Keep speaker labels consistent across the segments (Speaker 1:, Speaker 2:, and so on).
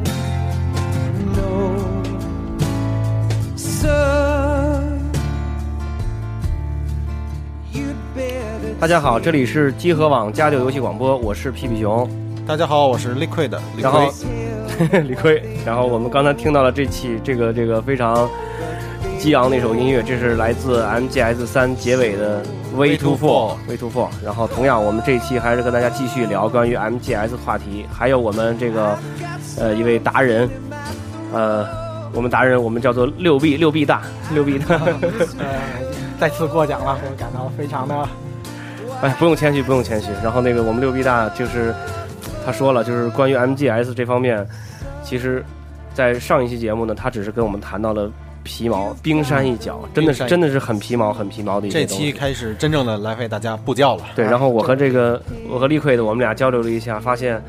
Speaker 1: know. Sun, you'd better.
Speaker 2: 大家好，这里是集合网家六游戏广播，我是屁屁熊，
Speaker 3: 大家好，我是 Liquid 李
Speaker 2: 然后
Speaker 3: 逵。
Speaker 2: 李逵。然后我们刚才听到了这期这个这个非常激昂的一首音乐，这是来自 MGS 三结尾的 V Two Four V Two Four。然后同样，我们这一期还是跟大家继续聊关于 MGS 话题，还有我们这个呃一位达人，呃，我们达人我们叫做六 B 六 B 大六 B 大。
Speaker 4: 呃，再次过奖了，我感到非常的
Speaker 2: 哎，不用谦虚，不用谦虚。然后那个我们六必大就是他说了，就是关于 MGS 这方面，其实，在上一期节目呢，他只是跟我们谈到了皮毛，冰山一角，真的
Speaker 3: 冰
Speaker 2: 是
Speaker 3: 山一角
Speaker 2: 真的是很皮毛，很皮毛的一些
Speaker 3: 这
Speaker 2: 东
Speaker 3: 期啊
Speaker 2: 西。
Speaker 3: 开始真正的来为大家布教了。
Speaker 2: 对，然后我和这个我和利奎的我们俩交流了一下，发现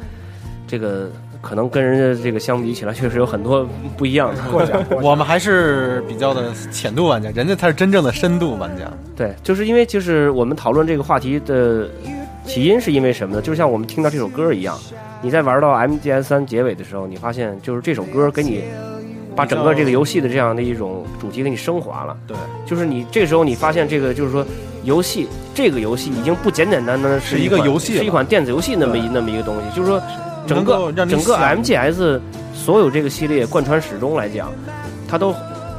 Speaker 2: 这个可能跟人家这个相比起来，确实有很多不一样的。
Speaker 4: 过奖。过奖
Speaker 3: 我们还是比较的浅度玩家，人家才是真正的深度玩家。
Speaker 2: 对，就是因为就是我们讨论这个话题的起因是因为什么呢？就像我们听到这首歌一样，你在玩到 MGS 三结尾的时候，你发现就是这首歌给你把整个这个游戏的这样的一种主题给你升华了。
Speaker 3: 对，
Speaker 2: 就是你这时候你发现这个就是说游戏这个游戏已经不简简单单的
Speaker 3: 是一个
Speaker 2: 款
Speaker 3: 游戏
Speaker 2: 是一
Speaker 3: 了
Speaker 2: 款电子游戏那么一那么一个东西，就是说整
Speaker 3: 能
Speaker 2: 个
Speaker 3: 够让你
Speaker 2: 整个
Speaker 3: 想
Speaker 2: MGS 所有这个系列贯穿始终来讲，它都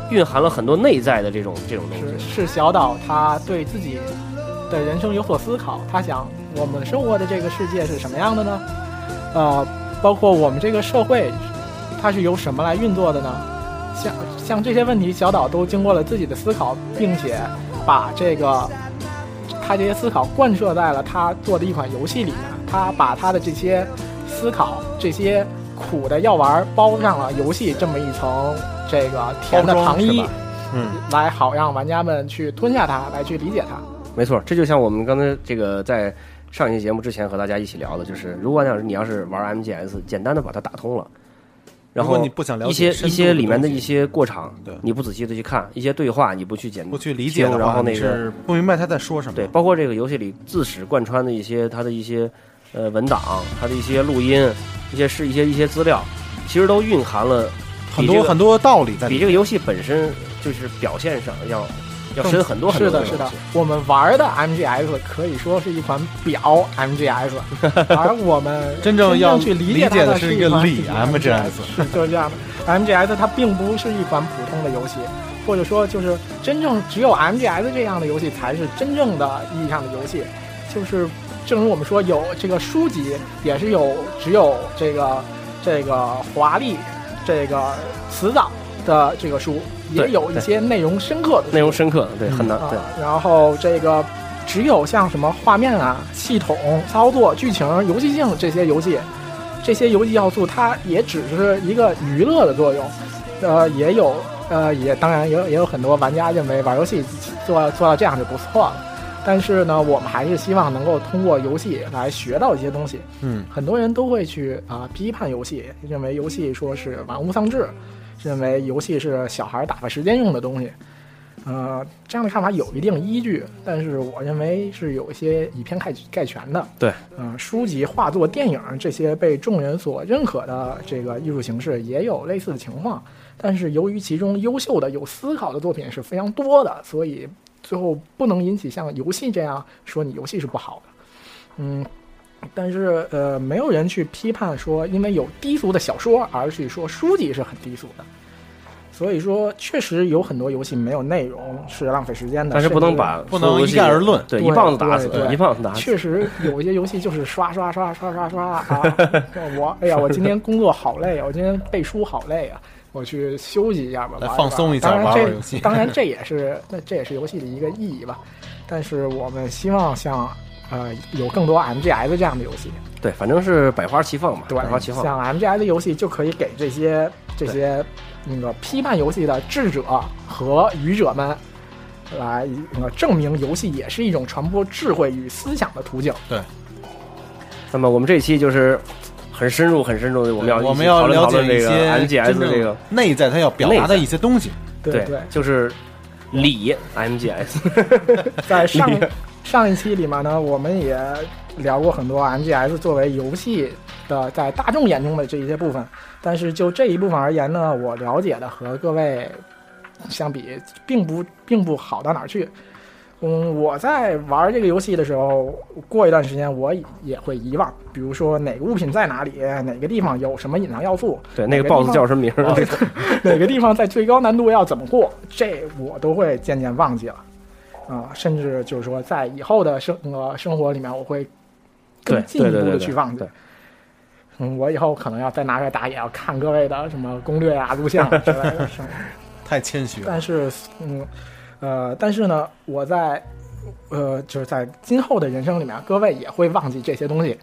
Speaker 2: 蕴含了很多内在的这种这种东西
Speaker 4: 是。是小岛，他对自己的人生有所思考，他想我们生活的这个世界是什么样的呢？呃，包括我们这个社会，它是由什么来运作的呢？像像这些问题，小岛都经过了自己的思考，并且把这个他这些思考贯彻在了他做的一款游戏里面。他把他的这些思考、这些苦的药丸儿包上了游戏这么一层这个甜的
Speaker 3: 包装
Speaker 4: 糖
Speaker 3: 是
Speaker 4: 衣
Speaker 3: 吧，嗯，
Speaker 4: 来好让玩家们去吞下它，来去理解它。
Speaker 2: 没错，这就像我们刚才这个在上一期节目之前和大家一起聊的，就是如果你要是你要是玩 MGS，简单的把它打通了，然
Speaker 3: 如
Speaker 2: 后
Speaker 3: 果你不想了解
Speaker 2: 一些
Speaker 3: 深度
Speaker 2: 一
Speaker 3: 的
Speaker 2: 些里面的
Speaker 3: 东西
Speaker 2: 一些过场
Speaker 3: 对，
Speaker 2: 你不仔细的去看，一些对话你不去简
Speaker 3: 不去理解的话，
Speaker 2: 听然后那
Speaker 3: 你
Speaker 2: 个
Speaker 3: 是不明白他在说什么。
Speaker 2: 对，包括这个游戏里自始贯穿的一些它的一些呃文档，它的一些录音，一些是一些一些资料，其实都蕴含了
Speaker 3: 很
Speaker 2: 比
Speaker 3: 多
Speaker 2: 这个
Speaker 3: 很多道理在
Speaker 2: 比
Speaker 3: 里
Speaker 2: 这个游戏本身就是表现上要要深很多很
Speaker 4: 是
Speaker 2: 多
Speaker 4: 的，
Speaker 2: 东
Speaker 4: 是的
Speaker 2: 西，
Speaker 4: 我们玩的 MGS 可以说是一款表 MGS，而 我们
Speaker 3: 真正要
Speaker 4: 去理
Speaker 3: 理
Speaker 4: 它
Speaker 3: 解
Speaker 4: 的
Speaker 3: 的是
Speaker 4: 一
Speaker 3: 一个
Speaker 4: 款
Speaker 3: 里
Speaker 4: MGS，
Speaker 3: MGS
Speaker 4: 是就是这样的。MGS 它并不是一款普通的游戏，或者说就是真正只有 MGS 这样的游戏才是真正的意义上的游戏，就是正如我们说有这个书籍也是有只有这个这个华丽这个辞藻的这个书，也
Speaker 2: 对
Speaker 4: 有一
Speaker 2: 对
Speaker 4: 些内容深刻的
Speaker 2: 内容深刻，
Speaker 3: 嗯
Speaker 2: 对，很难，
Speaker 4: 啊
Speaker 2: 对。，
Speaker 4: 然后这个只有像什么画面啊、系统、操作、剧情、游戏性这些游戏，这些游戏要素它也只是一个娱乐的作用，呃，也有呃也当然也有也有很多玩家认为玩游戏做做到这样就不错了。但是呢，我们还是希望能够通过游戏来学到一些东西。
Speaker 3: 嗯，
Speaker 4: 很多人都会去啊、批判游戏，认为游戏说是玩物丧志，认为游戏是小孩打发时间用的东西。呃，这样的看法有一定依据，但是我认为是有一些以偏概概全的。
Speaker 2: 对，
Speaker 4: 嗯、书籍、画作、电影这些被众人所认可的这个艺术形式也有类似的情况，但是由于其中优秀的、有思考的作品是非常多的，所以最后不能引起像游戏这样说你游戏是不好的，嗯。但是，呃，没有人去批判说，因为有低俗的小说而去说书籍是很低俗的，所以说确实有很多游戏没有内容是浪费时间的。
Speaker 2: 但是不能
Speaker 4: 甚至
Speaker 2: 把
Speaker 3: 不能一概而论。
Speaker 2: 对
Speaker 4: 对
Speaker 2: 一棒子打死
Speaker 4: 对，对
Speaker 2: 一棒子打死。
Speaker 4: 确实有一些游戏就是刷刷刷刷刷刷啊！我哎呀，我今天工作好累啊，我今天背书好累啊，我去休息一下吧，
Speaker 3: 来
Speaker 4: 玩玩
Speaker 3: 放松一下
Speaker 4: 当然
Speaker 3: 玩玩
Speaker 4: 这
Speaker 3: 游戏
Speaker 4: 当然这也是那这也是游戏的一个意义吧。但是我们希望像呃有更多 MGS 这样的游戏，
Speaker 2: 对，反正是百花齐放吧，
Speaker 4: 对
Speaker 2: 百花齐，放。
Speaker 4: 像 MGS 的游戏就可以给这些这些那个批判游戏的智者和愚者们。来，那个证明游戏也是一种传播智慧与思想的途径。
Speaker 2: 那么我们这一期就是很深入、很深入的，我们要
Speaker 3: 我
Speaker 2: 一
Speaker 3: 们
Speaker 2: 起讨
Speaker 3: 要
Speaker 2: 论
Speaker 3: 了
Speaker 2: 讨论
Speaker 3: 解
Speaker 2: 这
Speaker 3: 一
Speaker 2: 个
Speaker 3: 些真
Speaker 2: MGS
Speaker 3: 正
Speaker 2: 这个，
Speaker 3: 内在，他要表达的一些东西。
Speaker 4: 对对，
Speaker 2: 就是理 MGS，
Speaker 4: 在上上一期里面呢，我们也聊过很多 MGS 作为游戏的在大众眼中的这一些部分，但是就这一部分而言呢，我了解的和各位相比，并不并不好到哪儿去。嗯，我在玩这个游戏的时候，过一段时间我也会遗忘，比如说哪个物品在哪里，哪个地方有什么隐藏要素，
Speaker 2: 对，那
Speaker 4: 哪
Speaker 2: 个
Speaker 4: 地
Speaker 2: BOSS
Speaker 4: 方
Speaker 2: 叫什么名儿？
Speaker 4: 哦 哪个地方在最高难度要怎么过，这我都会渐渐忘记了，啊、甚至就是说，在以后的生呃生活里面，我会
Speaker 2: 对
Speaker 4: 更进一
Speaker 2: 对对
Speaker 4: 步
Speaker 2: 对
Speaker 4: 的
Speaker 2: 对
Speaker 4: 去忘记
Speaker 2: 对。
Speaker 4: 嗯，我以后可能要再拿出来打，也要看各位的什么攻略啊、录像之类的。是吗
Speaker 3: 太谦虚了
Speaker 4: 但，是，嗯，呃，但是呢，我在呃，就是在今后的人生里面，啊各位也会忘记这些东西。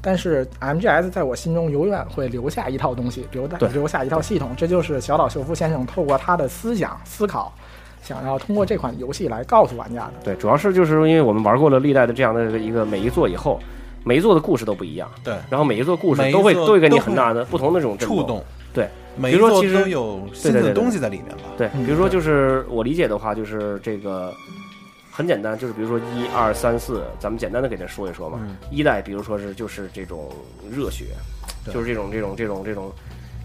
Speaker 4: 但是 MGS 在我心中永远会留下一套东西，留在
Speaker 2: 对
Speaker 4: 留下一套系统，这就是小岛秀夫先生透过他的思想思考，想要通过这款游戏来告诉玩家的。
Speaker 2: 对，主要是就是因为我们玩过了历代的这样的一个每一座以后，每一座的故事都不一样，
Speaker 3: 对，
Speaker 2: 然后每一座故事
Speaker 3: 每一
Speaker 2: 都会
Speaker 3: 座
Speaker 2: 都会给你
Speaker 3: 都会
Speaker 2: 很大的不同的这种震
Speaker 3: 触动。
Speaker 2: 对，
Speaker 3: 每
Speaker 2: 比
Speaker 3: 一
Speaker 2: 如说
Speaker 3: 座
Speaker 2: 其实
Speaker 3: 都有新
Speaker 2: 对对对
Speaker 3: 的
Speaker 2: 对
Speaker 3: 东西在里面吧。
Speaker 2: 对，比如说就是我理解的话，就是这个很简单，就是比如说一二三四，咱们简单的给它说一说嘛。
Speaker 3: 嗯
Speaker 2: 一代比如说是就是这种热血，
Speaker 3: 对
Speaker 2: 就是这种这种这种这种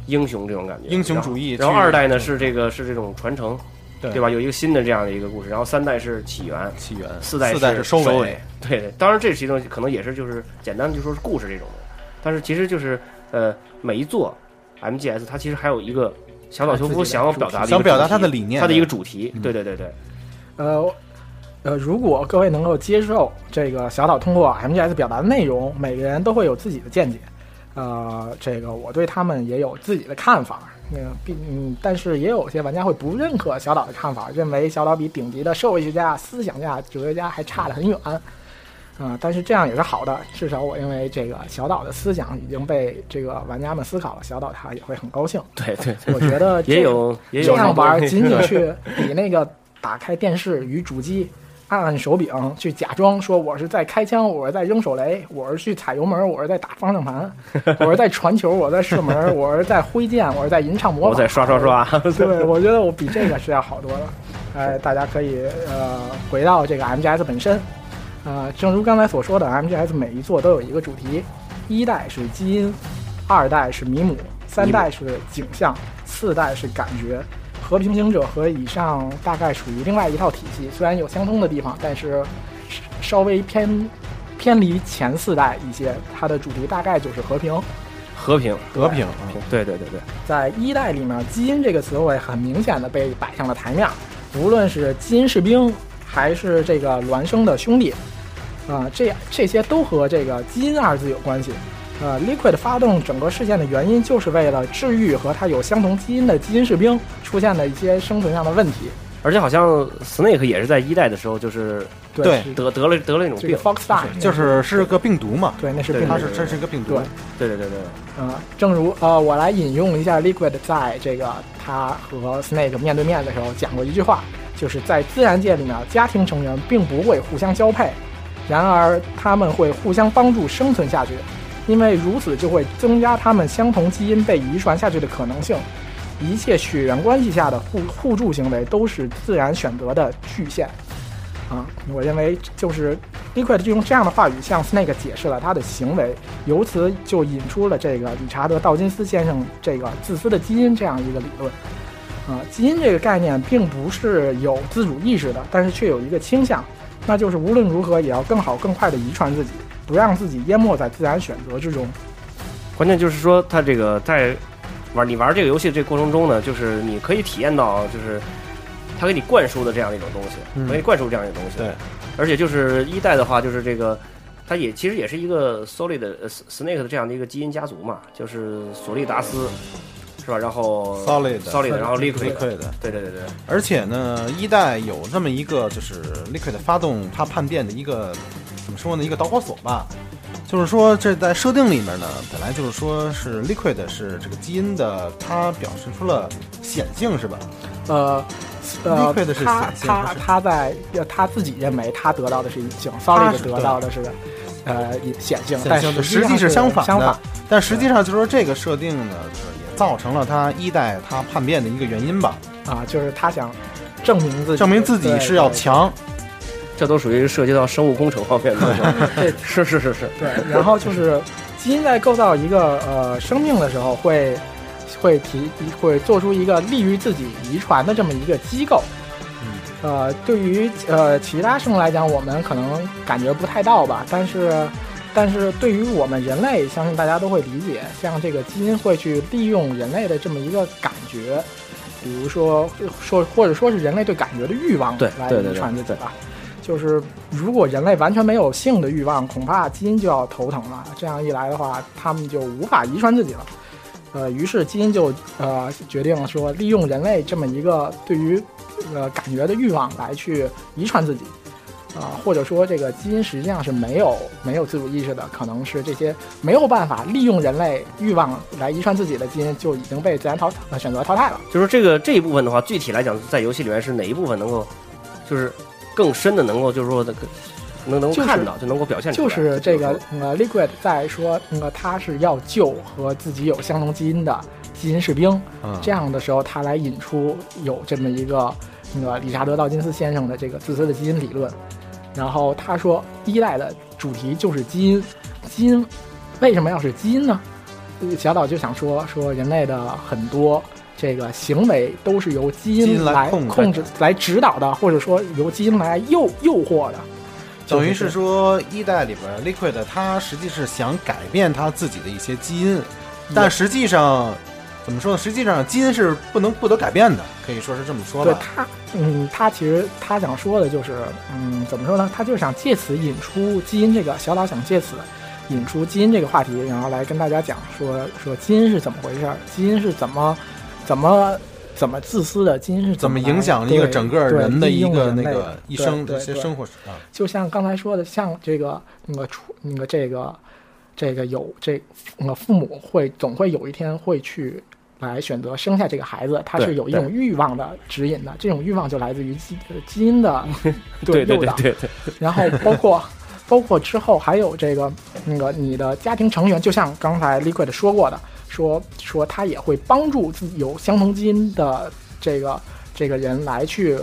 Speaker 2: 英雄这种感觉，
Speaker 3: 英雄主义
Speaker 2: 然后然
Speaker 3: 去
Speaker 2: 后二代呢
Speaker 3: 这
Speaker 2: 是这个是这种传承，
Speaker 3: 对
Speaker 2: 对吧？有一个新的这样的一个故事，然后三代是起源。
Speaker 3: 起源，
Speaker 2: 四代
Speaker 3: 四代
Speaker 2: 是
Speaker 3: 是收
Speaker 2: 尾，对对，当然这其中可能也是就是简单的就说是故事这种的，但是其实就是呃每一座 MGS 它其实还有一个小岛秀夫想要表达的一个
Speaker 3: 想表达
Speaker 2: 主题
Speaker 3: 他的理念，
Speaker 2: 它的一个主题。
Speaker 3: 嗯
Speaker 2: 对对对对，
Speaker 4: 呃呃，如果各位能够接受这个小岛通过 MGS 表达的内容，每个人都会有自己的见解。呃，这个我对他们也有自己的看法。那个并嗯，但是也有些玩家会不认可小岛的看法，认为小岛比顶级的社会学家、思想家、哲学家还差得很远。啊、但是这样也是好的，至少我认为这个小岛的思想已经被这个玩家们思考了，小岛他也会很高兴。
Speaker 2: 对对对，
Speaker 4: 我觉得
Speaker 2: 也
Speaker 4: 这
Speaker 2: 有也有
Speaker 4: 这样玩儿
Speaker 2: 这种
Speaker 4: 仅仅去比那个打开电视与主机，按按手柄去假装说我是在开枪，我是在扔手雷，我是去踩油门，我是在打方向盘，我是在传球，我在射门，我是在挥剑，我是在吟唱魔
Speaker 2: 我
Speaker 4: 法，
Speaker 2: 在刷刷。 刷。
Speaker 4: 对，我觉得我比这个是要好多了。哎，大家可以呃回到这个 MGS 本身，呃，正如刚才所说的，MGS 每一座都有一个主题，一代是基因，二代是迷母，三代是景象，四代是感觉。和平行者和以上大概属于另外一套体系，虽然有相通的地方，但是稍微偏偏离前四代一些。它的主题大概就是和平，
Speaker 2: 和平，
Speaker 3: 和平，
Speaker 2: 对对对对，
Speaker 4: 在一代里面，基因这个词汇很明显的被摆上了台面儿，无论是基因士兵，还是这个孪生的兄弟，啊、这这些都和这个基因二字有关系。呃，Liquid 发动整个事件的原因，就是为了治愈和它有相同基因的基因士兵出现的一些生存上的问题。
Speaker 2: 而且好像 Snake 也是在一代的时候就是
Speaker 4: 对，
Speaker 3: 对
Speaker 4: 是
Speaker 2: 得得了得了那种
Speaker 4: 这
Speaker 2: 病
Speaker 4: 个。Foxstar
Speaker 3: 就是是个病毒嘛，
Speaker 4: 对，那是
Speaker 2: 对
Speaker 4: 病
Speaker 3: 它
Speaker 4: 毒
Speaker 3: 是这是个病毒
Speaker 4: 对，
Speaker 2: 对对对对，
Speaker 4: 呃，正如呃，我来引用一下 Liquid 在这个他和 Snake 面对面的时候讲过一句话，就是在自然界里面，家庭成员并不会互相交配，然而他们会互相帮助生存下去，因为如此就会增加他们相同基因被遗传下去的可能性。一切血缘关系下的互互助行为都是自然选择的局限。啊，我认为就是 Liquid 就用这样的话语向 Snake 解释了他的行为，由此就引出了这个理查德·道金斯先生这个自私的基因这样一个理论。啊、基因这个概念并不是有自主意识的，但是却有一个倾向，那就是无论如何也要更好更快的遗传自己，不让自己淹没在自然选择之中。
Speaker 5: 关键就是说，它这个在玩你玩这个游戏这个过程中呢，就是你可以体验到，就是它给你灌输的这样一种东西，
Speaker 3: 嗯
Speaker 5: 它给你灌输这样一种东西。
Speaker 3: 对，
Speaker 5: 而且就是一代的话，就是这个。它也其实也是一个 Solid 的呃 Snake 的这样的一个基因家族嘛，就是索利达斯，是吧？然后
Speaker 3: Solid
Speaker 5: Solid，然后 Liquid，
Speaker 3: Liquid 的。
Speaker 5: 对对对对，
Speaker 3: 而且呢，一代有这么一个就是 Liquid 发动它叛变的一个怎么说呢，一个导火索吧。就是说，这在设定里面呢，本来就是说是 Liquid 是这个基因的，它表示出了显性是吧？
Speaker 4: 呃，呃
Speaker 3: Liquid 是
Speaker 4: 他
Speaker 3: 显性
Speaker 4: 他
Speaker 3: 还是
Speaker 4: 他在呃他自己认为他得到的是隐性
Speaker 3: 他
Speaker 4: ，Solid
Speaker 3: 是
Speaker 4: 得到的是呃显性，
Speaker 3: 显
Speaker 4: 但
Speaker 3: 性的
Speaker 4: 实
Speaker 3: 实际是
Speaker 4: 是
Speaker 3: 相反
Speaker 4: 相
Speaker 3: 的。但实际上就是说这个设定呢，就是也造成了它一代它叛变的一个原因吧，
Speaker 4: 啊，就是他想证明自己，
Speaker 3: 证明自己
Speaker 4: 对
Speaker 3: 是要。强。
Speaker 5: 这都属于涉及到生物工程方面的，
Speaker 4: 对对
Speaker 5: 是是是是，
Speaker 4: 对，然后就是基因在构造一个呃生命的时候会，会提会做出一个利于自己遗传的这么一个机构。
Speaker 5: 嗯
Speaker 4: 呃，对于呃其他生物来讲，我们可能感觉不太到吧，但是但是对于我们人类，相信大家都会理解，像这个基因会去利用人类的这么一个感觉，比如说说或者说是人类对感觉的欲望
Speaker 5: 对
Speaker 4: 来
Speaker 5: 对对
Speaker 4: 遗
Speaker 5: 对
Speaker 4: 传自己
Speaker 5: 对
Speaker 4: 吧。就是如果人类完全没有性的欲望，恐怕基因就要头疼了。这样一来的话，他们就无法遗传自己了。呃，于是基因就呃决定了说，利用人类这么一个对于呃感觉的欲望来去遗传自己，啊、或者说这个基因实际上是没有没有自主意识的，可能是这些没有办法利用人类欲望来遗传自己的基因就已经被自然淘汰呃选择淘汰了。
Speaker 5: 就是这个这一部分的话，具体来讲，在游戏里面是哪一部分能够，就是更深的能够，就是说的能能够看到，就能够表现出
Speaker 4: 就
Speaker 5: 来。
Speaker 4: 是这个
Speaker 5: 比
Speaker 4: 呃，Liquid 在说呃，他是要救和自己有相同基因的基因士兵，
Speaker 3: 嗯，
Speaker 4: 这样的时候，他来引出有这么一个那个理查德·道金斯先生的这个自私的基因理论。然后他说，依赖的主题就是基因，基因为什么要是基因呢？呃小岛就想说，说人类的很多这个行为都是由基
Speaker 3: 基
Speaker 4: 因
Speaker 3: 因来
Speaker 4: 来
Speaker 3: 控制
Speaker 4: 控制、来指导的，或者说由基因来诱诱惑的。
Speaker 3: 等于是说一代里边 Liquid 它实际是想改变它自己的一些基因，但实际上怎么说呢？实际上基因是不能不得改变的，可以说是这么说
Speaker 4: 对
Speaker 3: 吧。
Speaker 4: 他，嗯，他其实他想说的就是，嗯，怎么说呢？他就是想借此引出基因这个小岛想借此引出基因这个话题，然后来跟大家讲说说基因是怎么回事儿，基因是怎么怎么怎么自私的，基因是
Speaker 3: 怎么
Speaker 4: 么
Speaker 3: 影响
Speaker 4: 来
Speaker 3: 一个
Speaker 4: 对
Speaker 3: 整个
Speaker 4: 对
Speaker 3: 人的
Speaker 4: 利
Speaker 3: 一
Speaker 4: 用
Speaker 3: 个
Speaker 4: 人
Speaker 3: 那
Speaker 4: 类
Speaker 3: 个一
Speaker 4: 对
Speaker 3: 生
Speaker 4: 对
Speaker 3: 的一些
Speaker 4: 对
Speaker 3: 生活史啊？
Speaker 4: 就像刚才说的，像这个那个出那个这个这个有这那个父母会总会有一天会去来选择生下这个孩子，他
Speaker 5: 对
Speaker 4: 是有一种欲望的指引的，这种欲望就来自于基呃基因的
Speaker 5: 如说对对
Speaker 4: 诱
Speaker 5: 对
Speaker 4: 导，
Speaker 5: 对对，
Speaker 4: 然后包括。包括之后还有这个那个你的家庭成员，就像刚才 Liquid 说过的，说说他也会帮助自己有相同基因的这个这个人来去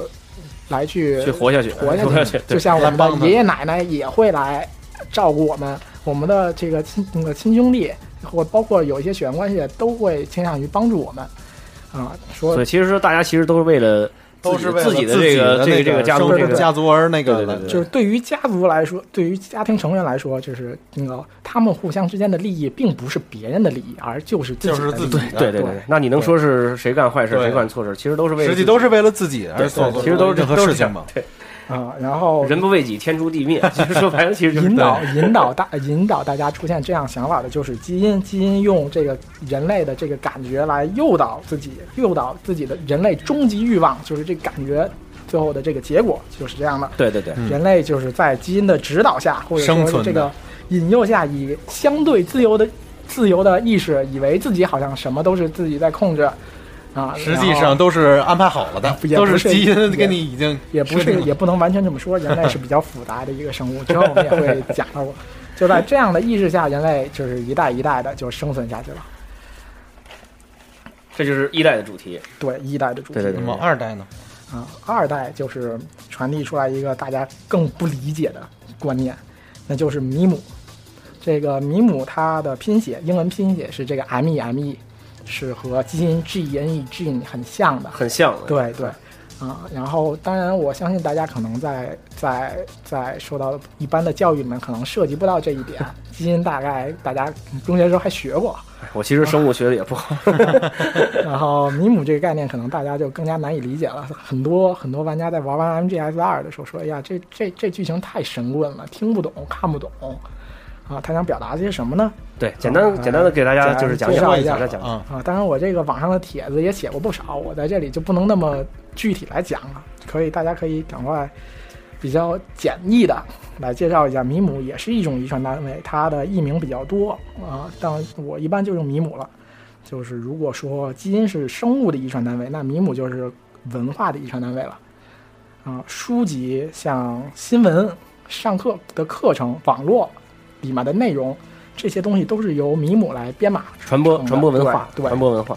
Speaker 4: 来去
Speaker 5: 去活下去，
Speaker 4: 活下去
Speaker 5: 下去，
Speaker 4: 就
Speaker 5: 对
Speaker 4: 像我们
Speaker 3: 来帮
Speaker 4: 的
Speaker 3: 忙
Speaker 4: 爷爷奶奶也会来照顾我们，我们的这个亲那个亲兄弟，或包括有一些血缘关系，都会倾向于帮助我们。啊、说
Speaker 5: 所以其实说大家其实都是为了自己
Speaker 3: 都是为了
Speaker 5: 自己的
Speaker 3: 自
Speaker 5: 这
Speaker 3: 己的
Speaker 5: 个这
Speaker 3: 那
Speaker 5: 个这个家
Speaker 3: 生
Speaker 5: 族
Speaker 3: 活
Speaker 5: 这个
Speaker 3: 家族而那个
Speaker 5: 对对对对
Speaker 4: 就是对于家族来说，对于家庭成员来说，就是那个他们互相之间的利益，并不是别人的利益，而就是自己
Speaker 3: 就
Speaker 4: 的
Speaker 3: 是
Speaker 4: 利益
Speaker 3: 自己的，
Speaker 5: 啊对对
Speaker 4: 对
Speaker 5: 对，那你能说是谁干坏事，
Speaker 3: 对
Speaker 5: 谁干错事？其实都是为了
Speaker 3: 实际
Speaker 5: 自己
Speaker 3: 都是为了自己而做
Speaker 5: 对，其实都是
Speaker 3: 任何
Speaker 5: 都是
Speaker 3: 事情嘛。
Speaker 5: 对，
Speaker 4: 啊、然后
Speaker 5: 人不为己，天诛地 灭。其实说白了，其实就是
Speaker 4: 引导
Speaker 5: 对
Speaker 4: 引导大 引导大家出现这样想法的，就是基因基因用这个人类的这个感觉来诱导自己，诱导自己的人类终极欲望，就是这感觉最后的这个结果就是这样的。
Speaker 5: 对对对。
Speaker 3: 嗯
Speaker 4: 人类就是在基因的指导下，或者
Speaker 3: 生
Speaker 4: 说
Speaker 3: 存的
Speaker 4: 是这个引诱下，以相对自由的自由的意识，以为自己好像什么都是自己在控制啊，
Speaker 3: 实际
Speaker 4: 然后
Speaker 3: 上都是安排好了的，
Speaker 4: 也
Speaker 3: 都
Speaker 4: 不是
Speaker 3: 基因
Speaker 4: 也
Speaker 3: 给你已经
Speaker 4: 也不
Speaker 3: 设定
Speaker 4: 是
Speaker 3: 了
Speaker 4: 也不能完全这么说，人类是比较复杂的一个生物。之后我们也会讲 到过，就在这样的意识下，人类就是一代一代的就生存下去了。
Speaker 5: 这就是一代的主题。
Speaker 4: 对一代的主题，
Speaker 5: 对对
Speaker 3: 那
Speaker 5: 对
Speaker 3: 么二代呢？
Speaker 4: 啊，二代就是传递出来一个大家更不理解的观念，那就是米姆。这个米姆它的拼写，英文拼写是这个 M E M E，是和基因 G N E G 很像的。
Speaker 2: 很像的。
Speaker 4: 对对，啊、然后当然我相信大家可能在在在受到一般的教育里面可能涉及不到这一点，基因大概大家中学时候还学过，
Speaker 2: 我其实生物学的也不好，
Speaker 4: 然后米姆这个概念可能大家就更加难以理解了。很多很多玩家在玩完 MGS 二的时候说：“哎呀，这这这剧情太神棍了，听不懂，看不懂。”啊，他想表达些什么呢？
Speaker 2: 对，简
Speaker 5: 嗯
Speaker 2: 单简单的给大家就是讲
Speaker 4: 介
Speaker 2: 讲
Speaker 4: 绍
Speaker 2: 一
Speaker 4: 一下
Speaker 2: 讲讲讲，
Speaker 3: 啊，
Speaker 4: 啊，当然我这个网上的帖子也写过不少，我在这里就不能那么具体来讲了，可以大家可以赶快比较简易的来介绍一下米姆，也是一种遗传单位，它的译名比较多啊，但我一般就用米姆了。就是如果说基因是生物的遗传单位，那米姆就是文化的遗传单位了。啊，书籍像新闻、上课的课程、网络里面的内容，这些东西都是由米姆来编码
Speaker 2: 传播
Speaker 4: 嗯
Speaker 2: 传播文化，
Speaker 4: 对对
Speaker 2: 传播文化，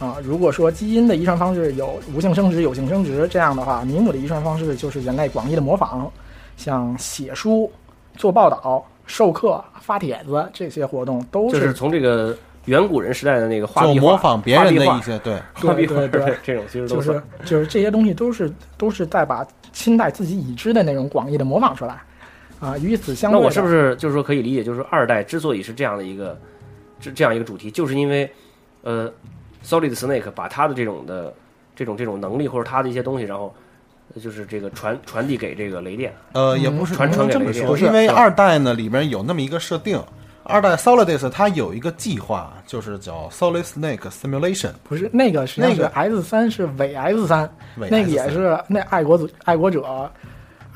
Speaker 4: 啊，如果说基因的遗传方式有无性生殖、有性生殖这样的话，米姆的遗传方式就是人类广义的模仿，像写书、做报道、授课、发帖子这些活动都
Speaker 2: 就是从这个远古人时代的那个画
Speaker 3: 就
Speaker 2: 壁画
Speaker 3: 模仿别人的
Speaker 2: 画
Speaker 3: 一
Speaker 2: 壁
Speaker 3: 些对，
Speaker 2: 画画壁画
Speaker 4: 对对对
Speaker 2: 这种其实
Speaker 4: 就
Speaker 2: 都
Speaker 4: 是
Speaker 2: 算
Speaker 4: 就是这些东西都是都是在把清代自己已知的内容广义的模仿出来，啊，与此相
Speaker 2: 那
Speaker 4: 对的，
Speaker 2: 我是不是就是说可以理解，就是说二代之所以是这样的一个这这样一个主题，就是因为呃，Solid Snake 把他的这种的这种这种能力或者他的一些东西，然后呃就是这个传传递给这个雷电，
Speaker 3: 呃，也不是
Speaker 2: 传承给
Speaker 3: 这
Speaker 2: 雷
Speaker 3: 么
Speaker 2: 电
Speaker 3: 说，
Speaker 2: 是
Speaker 3: 因为
Speaker 2: 吧
Speaker 3: 二代呢里面有那么一个设定，二代 Solidus 它有一个计划，就是叫 Solid Snake Simulation，
Speaker 4: 不是那个是
Speaker 3: 那
Speaker 4: 是
Speaker 3: 个
Speaker 4: S 三是伪 S 三，
Speaker 3: 伪
Speaker 4: 那个也
Speaker 3: S3
Speaker 4: 是那爱国主爱国者，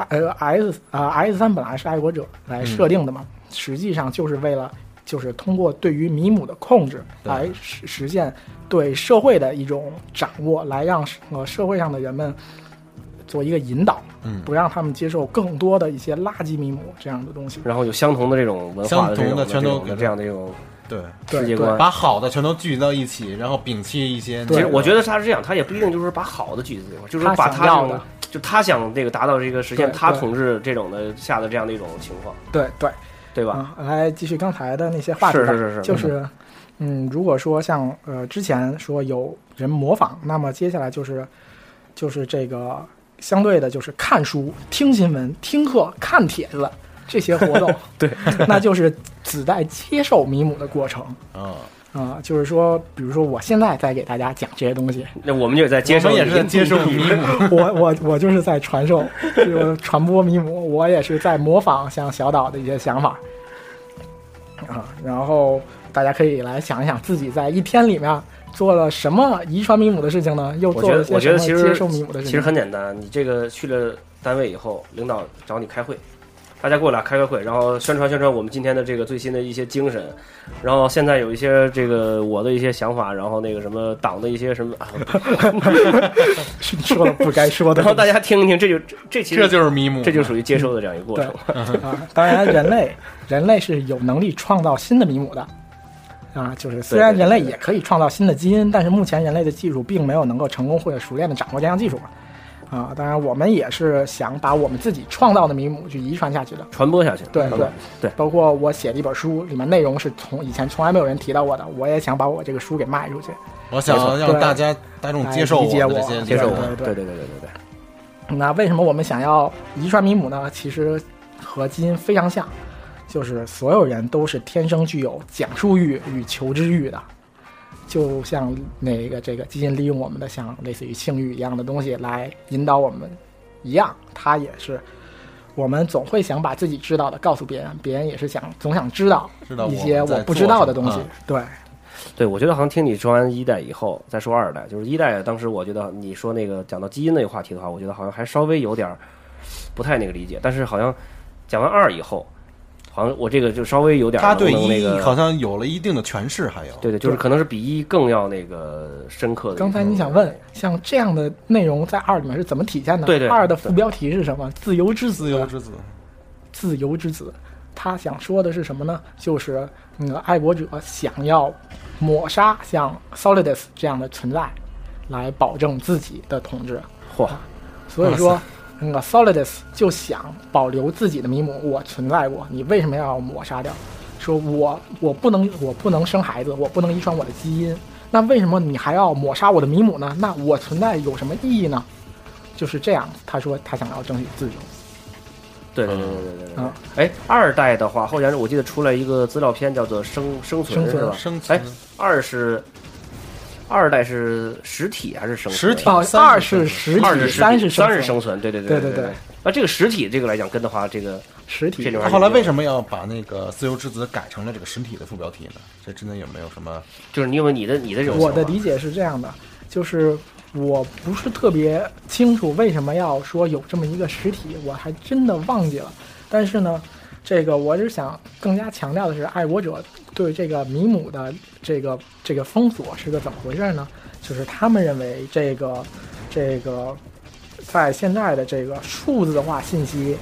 Speaker 4: 呃 S 啊 S 三本来是爱国者
Speaker 2: 嗯
Speaker 4: 来设定的嘛，实际上就是为了就是通过对于米姆的控制
Speaker 3: 对
Speaker 4: 来实实现对社会的一种掌握，来让呃社会上的人们做一个引导，
Speaker 3: 嗯
Speaker 4: 不让他们接受更多的一些垃圾米姆这样的东西。
Speaker 2: 然后有相同的这种文化
Speaker 3: 相
Speaker 2: 的这
Speaker 3: 同
Speaker 2: 种
Speaker 3: 的全都
Speaker 2: 这
Speaker 3: 给
Speaker 2: 种
Speaker 3: 它
Speaker 2: 这样的一种
Speaker 3: 对，
Speaker 2: 世界
Speaker 4: 对
Speaker 2: 观。
Speaker 3: 把好的全都聚集到一起，然后摒弃一些那个。
Speaker 2: 其实我觉得他是这样，他也不一定就是把好的聚集在一块儿，就是说把他
Speaker 4: 他想要
Speaker 2: 这种
Speaker 4: 的
Speaker 2: 就他想这个达到这个实现
Speaker 4: 对
Speaker 2: 他
Speaker 4: 对
Speaker 2: 统治这种的下的这样的一种情况，
Speaker 4: 对对，
Speaker 2: 对吧？
Speaker 4: 啊，来继续刚才的那些话题吧，
Speaker 2: 是是是是
Speaker 4: 就是，嗯，如果说像呃之前说有人模仿，那么接下来就是就是这个相对的，就是看书、听新闻、听课、看帖子这些活动，
Speaker 2: 对，
Speaker 4: 那就是子代接受米姆的过程
Speaker 3: 嗯，
Speaker 4: 啊、就是说，比如说我现在在给大家讲这些东西，
Speaker 2: 那我们就在接
Speaker 3: 嗯我
Speaker 2: 受
Speaker 3: 们
Speaker 2: 你，
Speaker 3: 也是在接受迷 母，
Speaker 4: 我我我就是在传授，就是传播迷母，我也是在模仿像小岛的一些想法啊。然后大家可以来想一想，自己在一天里面做了什么遗传迷母的事情呢？又
Speaker 2: 我
Speaker 4: 做
Speaker 2: 觉
Speaker 4: 了
Speaker 2: 得，
Speaker 4: 些
Speaker 2: 我
Speaker 4: 什
Speaker 2: 觉
Speaker 4: 么
Speaker 2: 得其实
Speaker 4: 接受迷母的事
Speaker 2: 其实
Speaker 4: 情？
Speaker 2: 很简单。你这个去了单位以后，领导找你开会，大家过来开个会，然后宣传宣传我们今天的这个最新的一些精神，然后现在有一些这个我的一些想法，然后那个什么党的一些什么，
Speaker 4: 是你 说了不该说的
Speaker 2: 然后大家听一听，这就这这其实
Speaker 3: 这就是迷母，
Speaker 2: 这就属于接受的这样一个过程。
Speaker 4: 啊。当然，人类 人类是有能力创造新的迷母的。啊，就是虽然
Speaker 2: 对对
Speaker 4: 人
Speaker 2: 对
Speaker 4: 类也可以创造新的基因，但是目前人类的技术并没有能够成功或者熟练的掌握这项技术。啊，当然我们也是想把我们自己创造的迷母去遗传下去的。
Speaker 2: 传播下去，
Speaker 4: 对
Speaker 2: 传播
Speaker 4: 对
Speaker 2: 嗯对，
Speaker 4: 包括我写的一本书，里面内容是从以前从来没有人提到过的，我也想把我这个书给卖出去。
Speaker 3: 我想让大家大众接受
Speaker 4: 哎理解
Speaker 3: 我的
Speaker 4: 我
Speaker 3: 这些
Speaker 2: 接受我
Speaker 3: 理解
Speaker 2: 们，
Speaker 4: 对
Speaker 2: 对
Speaker 4: 对
Speaker 2: 对对对对对。
Speaker 4: 那为什么我们想要遗传米姆呢？其实和基因非常像，就是所有人都是天生具有讲述欲与求知欲的，就像那个这个基因利用我们的像类似于性欲一样的东西来引导我们一样，它也是。我们总会想把自己知道的告诉别人，别人也是想总想知道
Speaker 3: 知道我
Speaker 4: 一些
Speaker 3: 在
Speaker 4: 我不
Speaker 3: 做
Speaker 4: 知道的
Speaker 3: 什么
Speaker 4: 东西。
Speaker 3: 嗯
Speaker 4: 对，
Speaker 2: 对，我觉得好像听你说完一代以后，再说二代，就是一代，当时我觉得你说那个讲到基因那个话题的话，我觉得好像还稍微有点儿不太那个理解，但是好像讲完二以后，好像我这个就稍微有点儿
Speaker 3: 他对
Speaker 2: 能那
Speaker 3: 一
Speaker 2: 个，
Speaker 3: 好像有了一定的诠释，还有
Speaker 2: 对对，就是可能是比一更要那个深刻的一个。
Speaker 4: 刚才你想问，像这样的内容在二里面是怎么体现的？
Speaker 2: 对对
Speaker 4: 二的副标题是什么？自由之子。
Speaker 3: 自由之子，
Speaker 4: 自由之子，他想说的是什么呢？就是那个爱国者想要抹杀像 Solidus 这样的存在，来保证自己的统治。
Speaker 2: 嚯，
Speaker 4: 所以说，嗯那个 Solidus 就想保留自己的迷母，我存在过，你为什么要抹杀掉？说我我不能我不能生孩子，我不能遗传我的基因，那为什么你还要抹杀我的迷母呢？那我存在有什么意义呢？就是这样，他说他想要争取自由。
Speaker 2: 对对对对对对对
Speaker 4: 嗯。
Speaker 2: 哎，二代的话，后来我记得出来一个资料片叫做《生生存》
Speaker 4: 生存
Speaker 2: 是吧？
Speaker 3: 生存
Speaker 2: 哎，二是二代是实体还是生存？
Speaker 3: 实体
Speaker 4: 哦，
Speaker 3: 三
Speaker 4: 二
Speaker 3: 是
Speaker 4: 是实
Speaker 2: 二是
Speaker 4: 体，
Speaker 2: 实体
Speaker 4: 三是
Speaker 2: 三是
Speaker 4: 生
Speaker 2: 生存，对对对
Speaker 4: 对
Speaker 2: 对
Speaker 4: 对
Speaker 2: 对。那这个实体这个来讲，跟的话，这个
Speaker 4: 实
Speaker 2: 这
Speaker 4: 体
Speaker 2: 里。面
Speaker 3: 那后来为
Speaker 2: 么？
Speaker 3: 什么要把那个自由之子改成了这个实体的副标题呢？这之间有没有什么？
Speaker 2: 就是你有没有你的你的这种
Speaker 4: 我的
Speaker 2: 想法
Speaker 4: 理解是这样的，就是我不是特别清楚为什么要说有这么一个实体，我还真的忘记了。但是呢，这个我是想更加强调的是，爱国者对这个米姆的这个这个封锁是个怎么回事呢？就是他们认为这个这个在现在的这个数字化信息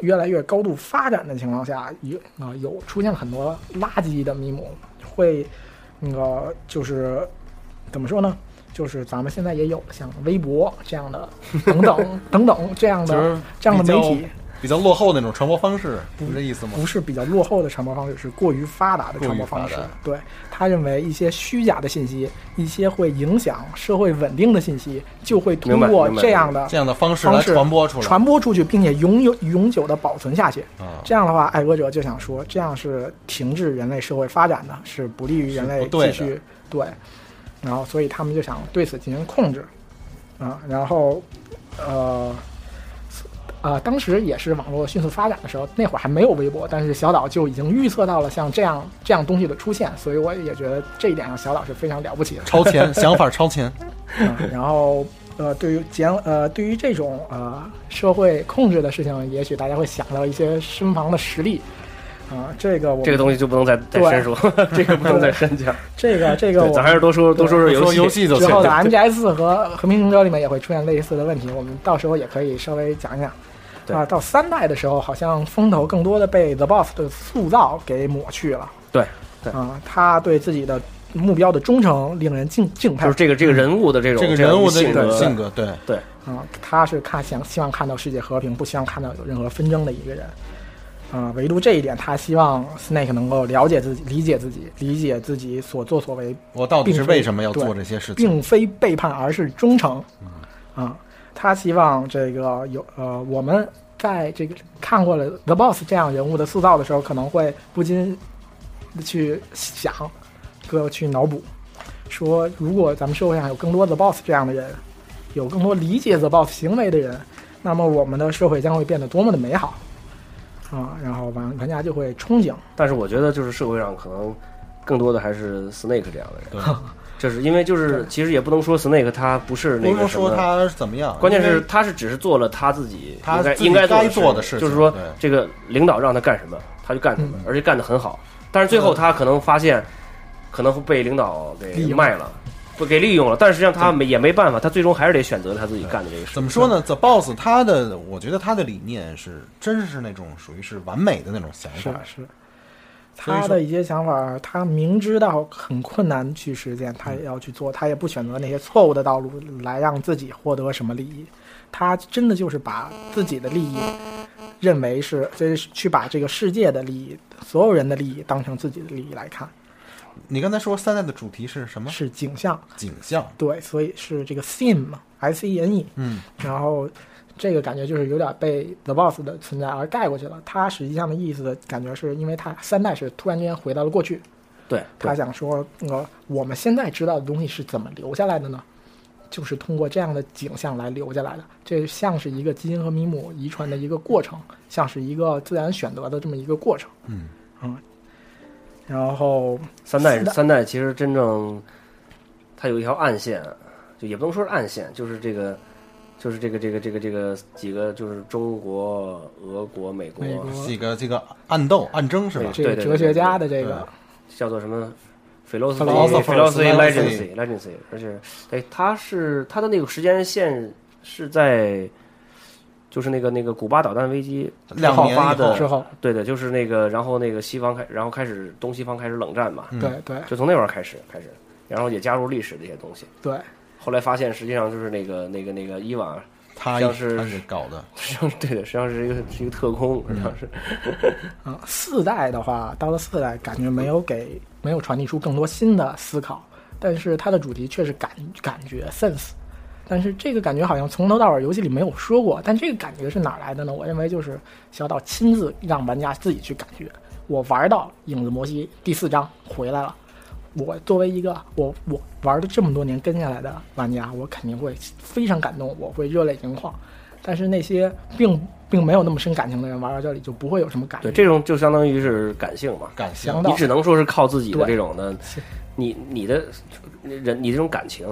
Speaker 4: 越来越高度发展的情况下，有啊、有出现了很多垃圾的迷母，会那个就是怎么说呢？就是咱们现在也有像微博这样的 等等等等这样
Speaker 3: 就是
Speaker 4: 的这样的媒体，
Speaker 3: 比较落后的那种传播方式，是这意思吗？
Speaker 4: 不是比较落后的传播方式，是过于发达的传播方式
Speaker 3: 过于发达。
Speaker 4: 对他认为一些虚假的信息，一些会影响社会稳定的信息，就会通
Speaker 2: 明白
Speaker 4: 过
Speaker 2: 明白
Speaker 4: 这样的
Speaker 3: 这样的方式
Speaker 4: 方
Speaker 3: 来
Speaker 4: 式
Speaker 3: 传播出来。
Speaker 4: 传播出去，并且永有永久的保存下去。
Speaker 3: 啊，
Speaker 4: 这样的话，爱国者就想说，这样是停滞人类社会发展的，是不利于人
Speaker 3: 是
Speaker 4: 类
Speaker 3: 不对
Speaker 4: 继
Speaker 3: 的
Speaker 4: 续对然后，所以他们就想对此进行控制啊。然后，呃，呃，当时也是网络迅速发展的时候，那会儿还没有微博，但是小岛就已经预测到了像这样这样东西的出现，所以我也觉得这一点上小岛是非常了不起的。
Speaker 3: 超前 想法超前，
Speaker 4: 嗯 然后呃，对于简呃，对于这种呃社会控制的事情，也许大家会想到一些身旁的实例啊、这个我
Speaker 2: 这个东西就不能再再
Speaker 4: 对
Speaker 2: 深入， 这个不能再深讲。
Speaker 4: 这个这个
Speaker 2: 对，
Speaker 4: 我
Speaker 2: 咱还是多说多说说游
Speaker 3: 说
Speaker 2: 戏。
Speaker 3: 游戏就
Speaker 4: 之
Speaker 3: 行
Speaker 4: 后的 MGS 和和平行者里面也会出现类似的问题，我们到时候也可以稍微讲一讲。
Speaker 2: 对
Speaker 4: 啊，到三代的时候，好像风头更多的被 The Boss 的塑造给抹去了。
Speaker 2: 对对
Speaker 4: 啊、他对自己的目标的忠诚令人敬敬
Speaker 2: 就
Speaker 4: 佩
Speaker 2: 是。这个这个人物的这种
Speaker 3: 这个
Speaker 2: 样
Speaker 3: 人物的
Speaker 2: 性
Speaker 3: 这
Speaker 2: 格
Speaker 3: 种性格，对，
Speaker 2: 对，
Speaker 4: 啊、他是看想希望看到世界和平，不希望看到有任何纷争的一个人。啊、唯独这一点，他希望 Snake 能够了解自己、理解自己、理解自己所作所为，
Speaker 3: 我到底是
Speaker 4: 并非
Speaker 3: 为什么要做
Speaker 4: 对
Speaker 3: 这些事情？嗯
Speaker 4: 并非背叛，而是忠诚。啊、他希望这个有呃，我们在这个看过了 The Boss 这样人物的塑造的时候，可能会不禁去想，各去脑补，说如果咱们社会上有更多 The Boss 这样的人，有更多理解 The Boss 行为的人，那么我们的社会将会变得多么的美好啊！然后玩玩家就会憧憬，
Speaker 2: 但是我觉得就是社会上可能更多的还是 Snake 这样 的人，这是因为就是其实也不能说 Snake 他不是那
Speaker 3: 不
Speaker 2: 个
Speaker 3: 是
Speaker 2: 什
Speaker 3: 说
Speaker 2: 么。
Speaker 3: 他怎么样，
Speaker 2: 关键
Speaker 3: 因为
Speaker 2: 是，他是只是做了他自己应
Speaker 3: 他
Speaker 2: 该
Speaker 3: 自己
Speaker 2: 应该
Speaker 3: 该做
Speaker 2: 的
Speaker 3: 的事情
Speaker 2: 就是说
Speaker 3: 对嗯
Speaker 2: 这个领导让他干什么，他就干什么，而且干得很好。但是最后他可能发现，可能会被领导给
Speaker 4: 利用
Speaker 2: 卖了，不给利用了。但是实际上他没也没办法，他最终还是得选择他自己干的这个事。
Speaker 3: 怎么说呢？The Boss 他的，我觉得他的理念是，真是那种属于是完美的那种想
Speaker 4: 是
Speaker 3: 法，
Speaker 4: 是，
Speaker 3: 所以
Speaker 4: 他
Speaker 3: 说
Speaker 4: 的一些想法，他明知道很困难去实践，
Speaker 3: 嗯
Speaker 4: 他也要去做，他也不选择那些错误的道路来让自己获得什么利益，他真的就是把自己的利益认为是，就是去把这个世界的利益、所有人的利益当成自己的利益来看，
Speaker 3: 你刚才说三代的主题是什么？
Speaker 4: 是景象。
Speaker 3: 景象，
Speaker 4: 对，所以是这个 theme 嘛，S E N E，
Speaker 3: 嗯，
Speaker 4: 然后这个感觉就是有点被 The Boss 的存在而盖过去了。它实际上的意思的感觉是因为它三代是突然之间回到了过去，
Speaker 2: 对，对
Speaker 4: 他想说，呃，我们现在知道的东西是怎么留下来的呢？就是通过这样的景象来留下来的。这像是一个基因和米姆遗传的一个过程，像是一个自然选择的这么一个过程。
Speaker 3: 嗯
Speaker 4: 嗯然后
Speaker 2: 三代
Speaker 4: 四代
Speaker 2: 三代其实真正它有一条暗线，就也不能说是暗线，就是这个就是这个这个这个这个几个就是中国、俄国、美国，
Speaker 4: 美国
Speaker 3: 这个这个暗斗暗争是吧？
Speaker 4: 这
Speaker 2: 对
Speaker 4: 个
Speaker 2: 对
Speaker 4: 哲学家的这
Speaker 3: 对
Speaker 4: 个，
Speaker 2: 叫做什么 philosophy
Speaker 4: Philosopher-
Speaker 2: philosophy legacy
Speaker 3: Legacy
Speaker 2: legacy，而且哎，它是它的那个时间线是在就是那个那个古巴导弹危机
Speaker 3: 两
Speaker 2: 爆
Speaker 3: 年
Speaker 2: 发
Speaker 3: 以后
Speaker 2: 的
Speaker 4: 之后，
Speaker 2: 对的，就是那个然后那个西方开，然后开始东西方开始冷战嘛，
Speaker 3: 嗯
Speaker 4: 对对
Speaker 2: 就从那会儿开始开始，然后也加入历史这些东西。
Speaker 4: 对，
Speaker 2: 后来发现，实际上就是那个那个那个伊娃
Speaker 3: 他
Speaker 5: 像是
Speaker 3: 他给搞的，
Speaker 5: 实际上是对的，实际上是一个是一个特工，实际上
Speaker 3: 嗯
Speaker 5: 是
Speaker 4: 啊，四代的话，到了四代，感觉没有给没有传递出更多新的思考，但是它的主题却是感感觉 sense，但是这个感觉好像从头到尾游戏里没有说过，但这个感觉是哪儿来的呢？我认为就是小岛亲自让玩家自己去感觉。我玩到影子摩西第四章回来了，我作为一个我我玩了这么多年跟下来的玩家，我肯定会非常感动，我会热泪盈眶。但是那些并并没有那么深感情的人玩到这里就不会有什么感觉
Speaker 5: 对。这种就相当于是感性嘛，
Speaker 3: 感性
Speaker 4: 想到
Speaker 5: 你只能说是靠自己的
Speaker 4: 对
Speaker 5: 这种的，你你的人你这种感情，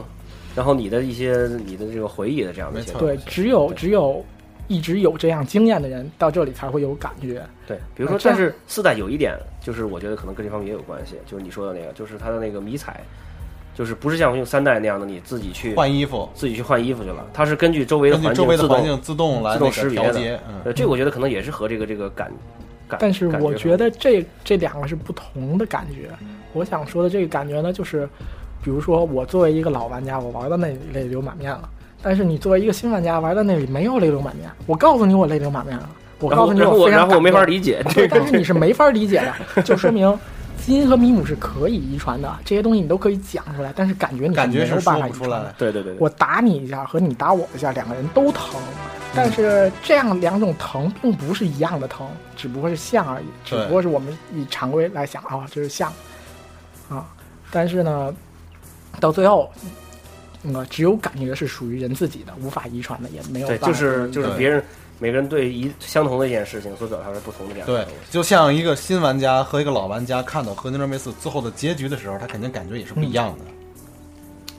Speaker 5: 然后你的一些你的这个回忆的这样的一些
Speaker 3: 没错
Speaker 4: 对，只有
Speaker 5: 对
Speaker 4: 只有一直有这样经验的人到这里才会有感觉。
Speaker 5: 对，比如说，
Speaker 4: 这
Speaker 5: 但
Speaker 4: 样
Speaker 5: 是四代有一点，就是我觉得可能跟这方面也有关系，就是你说的那个，就是它的那个迷彩，就是不是像用三代那样的你自己去
Speaker 3: 换衣服，
Speaker 5: 自己去换衣服去了，它是根据周围的
Speaker 3: 根据
Speaker 5: 环
Speaker 3: 周
Speaker 5: 境
Speaker 3: 围的
Speaker 5: 自
Speaker 3: 环
Speaker 5: 动
Speaker 3: 境自动来
Speaker 5: 自
Speaker 3: 那
Speaker 5: 动
Speaker 3: 个
Speaker 5: 识别的
Speaker 3: 调节，嗯，
Speaker 5: 呃，这个我觉得可能也是和这个这个感感，
Speaker 4: 但是
Speaker 5: 感
Speaker 4: 我
Speaker 5: 觉
Speaker 4: 觉得这这两个是不同的感觉。我想说的这个感觉呢，就是，比如说我作为一个老玩家，我玩到那里泪流满面了，但是你作为一个新玩家玩到那里没有泪流满面。我告诉你我泪流满面了，我
Speaker 5: 然
Speaker 4: 告
Speaker 5: 后
Speaker 4: 诉你
Speaker 5: 然后
Speaker 4: 我非常
Speaker 5: 然后我
Speaker 4: 感
Speaker 5: 没法
Speaker 4: 动
Speaker 5: 理 解这
Speaker 4: 对，
Speaker 5: 个
Speaker 4: 但是你是没法理解 的，就说明基因和米姆是可以遗传的，这些东西你都可以讲出来，但是感觉你
Speaker 3: 感觉
Speaker 4: 没
Speaker 3: 是
Speaker 4: 有
Speaker 3: 说
Speaker 4: 办法
Speaker 3: 不
Speaker 4: 遗
Speaker 3: 出
Speaker 4: 传的。
Speaker 3: 来。
Speaker 5: 对对对对，
Speaker 4: 我打你一下和你打我一下，两个人都疼，
Speaker 5: 嗯
Speaker 4: 但是这样两种疼并不是一样的疼，只不过是像而已，只
Speaker 3: 对
Speaker 4: 不过是我们以常规来想啊，这是像啊，但是呢，到最后，嗯，只有感觉是属于人自己的，无法遗传的，也没有
Speaker 5: 对
Speaker 4: 办
Speaker 5: 就
Speaker 4: 法。
Speaker 5: 是就是
Speaker 3: 对
Speaker 5: 别人每个人对一相同的一件事情所表达的不同的两个
Speaker 3: 对，就像一个新玩家和一个老玩家看到《合金装备四》最后的结局的时候，他肯定感觉也是不一样的。
Speaker 4: 嗯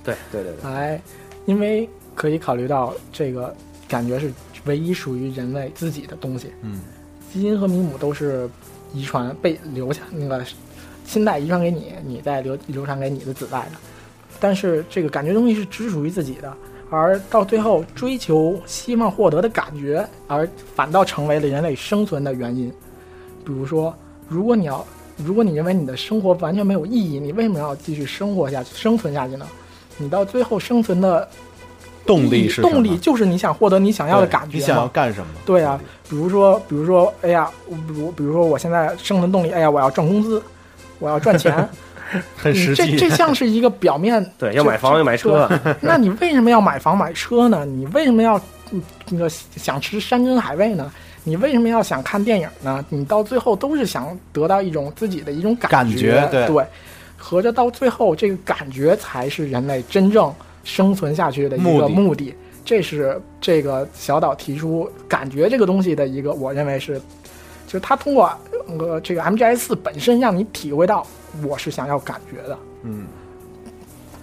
Speaker 5: 对对对对，
Speaker 4: 来，因为可以考虑到这个感觉是唯一属于人类自己的东西，
Speaker 3: 嗯，
Speaker 4: 基因和米姆都是遗传被留下那个亲代遗传给你，你再流流传给你的子代的。但是这个感觉东西是只属于自己的，而到最后追求希望获得的感觉，而反倒成为了人类生存的原因。比如说，如果你要，如果你认为你的生活完全没有意义，你为什么要继续生活下去、生存下去呢？你到最后生存的
Speaker 3: 动
Speaker 4: 意义动力就是你想获得你想要的感觉
Speaker 3: 你想要
Speaker 4: 嘛
Speaker 3: 干什么？
Speaker 4: 对啊，比如说，比如说，哎呀，我比如比如说，我现在生存动力，哎呀，我要赚工资，我要赚钱，
Speaker 3: 很
Speaker 4: 你嗯这这像是一个表面。
Speaker 5: 对要买房要买车，
Speaker 4: 对 那你为什么要买房买车呢？你为什么要嗯那个想吃山珍海味呢？你为什么要想看电影呢？你到最后都是想得到一种自己的一种
Speaker 3: 感
Speaker 4: 觉，
Speaker 3: 觉对
Speaker 4: 合着到最后这个感觉才是人类真正生存下去的一
Speaker 3: 目的
Speaker 4: 个目的。这是这个小岛提出感觉这个东西的一个，我认为是，就是他通过呃这个 MGS 四本身让你体会到我是想要感觉的，
Speaker 3: 嗯，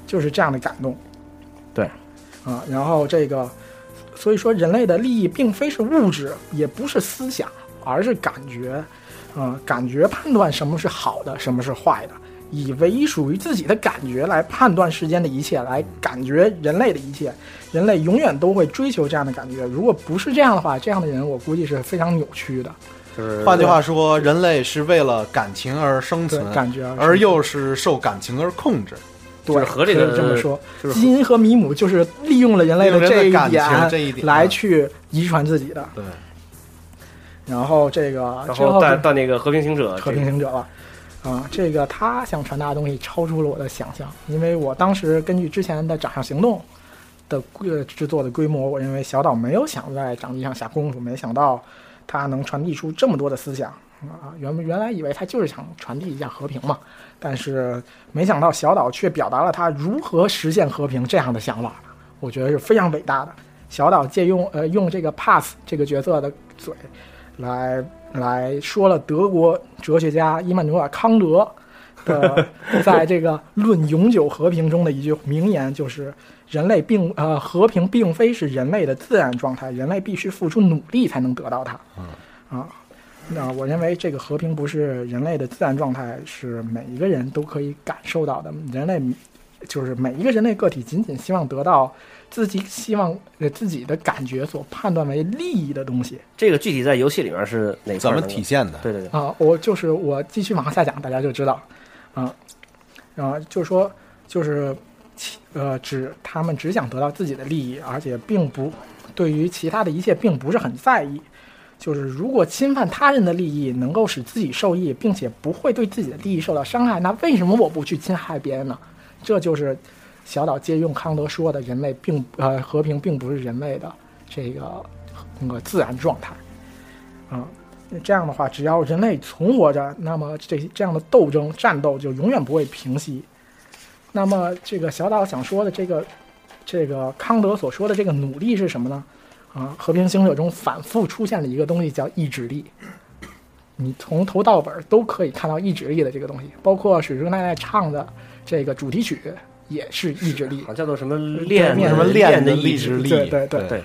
Speaker 4: 就是这样的感动。
Speaker 5: 对，
Speaker 4: 啊，然后这个，所以说人类的利益并非是物质，也不是思想，而是感觉，啊、感觉判断什么是好的，什么是坏的，以唯一属于自己的感觉来判断世间的一切，来感觉人类的一切。人类永远都会追求这样的感觉，如果不是这样的话，这样的人我估计是非常扭曲的。
Speaker 5: 就是
Speaker 3: 换句话说，人类是为了感情而生
Speaker 4: 对
Speaker 3: 存，，
Speaker 4: 感觉
Speaker 3: 而又是受感情而控制，
Speaker 4: 对，
Speaker 5: 就是和这个
Speaker 4: 可以这么说，
Speaker 5: 就是
Speaker 4: 基因和米姆就是利用了人类
Speaker 3: 利用人
Speaker 4: 这
Speaker 3: 类
Speaker 4: 一
Speaker 3: 感情
Speaker 4: 点
Speaker 3: 这一点啊
Speaker 4: 来去遗传自己的。
Speaker 3: 对，
Speaker 4: 然后这个
Speaker 5: 然
Speaker 4: 之后
Speaker 5: 后到
Speaker 4: 就
Speaker 5: 到那个和平行者，
Speaker 4: 和平行者了。啊、这个他想传达的东西超出了我的想象，因为我当时根据之前的《掌上行动》的呃制作的规模，我认为小岛没有想在掌机上下功夫，没想到他能传递出这么多的思想啊、原原来以为他就是想传递一下和平嘛，但是没想到小岛却表达了他如何实现和平这样的想法，我觉得是非常伟大的。小岛借用呃用这个 Pass 这个角色的嘴来来说了德国哲学家伊曼纽尔·康德的在这个《论永久和平》中的一句名言，就是人类并呃和平并非是人类的自然状态，人类必须付出努力才能得到它。啊，那我认为这个和平不是人类的自然状态，是每一个人都可以感受到的。人类就是每一个人类个体，仅仅希望得到自己希望呃自己的感觉所判断为利益的东西。
Speaker 5: 这个具体在游戏里面是哪块
Speaker 3: 怎
Speaker 5: 儿
Speaker 3: 么
Speaker 5: 能够
Speaker 3: 体？现的？
Speaker 5: 对对对，
Speaker 4: 啊、我就是我继续往下讲，大家就知道了，啊、啊、就是说就是，呃，只他们只想得到自己的利益，而且并不对于其他的一切并不是很在意。就是如果侵犯他人的利益能够使自己受益，并且不会对自己的利益受到伤害，那为什么我不去侵害别人呢？这就是小岛借用康德说的“人类并呃和平并不是人类的这个那个自然状态”啊、那这样的话，只要人类存活着，那么这这样的斗争战斗就永远不会平息。那么这个小岛想说的这个这个康德所说的这个努力是什么呢？啊，《和平行者》中反复出现了一个东西叫意志力。你从头到尾都可以看到意志力的这个东西，包括水之奈奈唱的这个主题曲也是意志力
Speaker 5: 好。像叫做什么
Speaker 4: 对
Speaker 5: 练
Speaker 4: 面
Speaker 3: 什么
Speaker 5: 练
Speaker 3: 练的
Speaker 5: 意
Speaker 3: 意
Speaker 5: 志
Speaker 3: 志
Speaker 5: 力，
Speaker 3: 力？
Speaker 4: 对对对
Speaker 5: 对，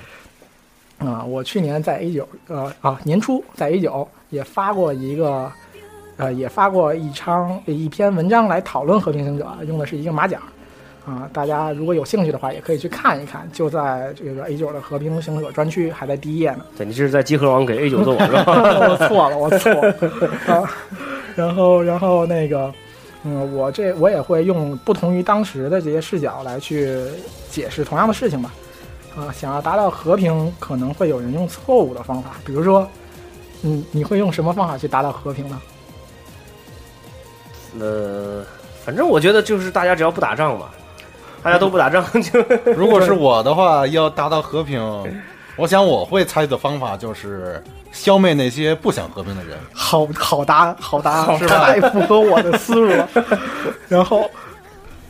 Speaker 4: 啊、我去年在 A 九呃啊年初在 A 九也发过一个，呃也发过一张一篇文章来讨论《和平行者》，用的是一个马甲，啊、大家如果有兴趣的话，也可以去看一看，就在这个 A 九的《和平行者》专区，还在第一页呢。
Speaker 5: 对你这是在集合网给 A 九做广告。
Speaker 4: 我错了，我错了。 啊，然后，然后那个，嗯，我这我也会用不同于当时的这些视角来去解释同样的事情吧。啊，想要达到和平，可能会有人用错误的方法，比如说，嗯，你会用什么方法去达到和平呢？
Speaker 5: 呃，反正我觉得就是大家只要不打仗嘛，大家都不打仗就
Speaker 3: 如果是我的话，要达到和平，我想我会采取的方法就是消灭那些不想和平的人。
Speaker 4: 好好答好答案，
Speaker 3: 是吧
Speaker 4: 太符合我的思路 了。然后，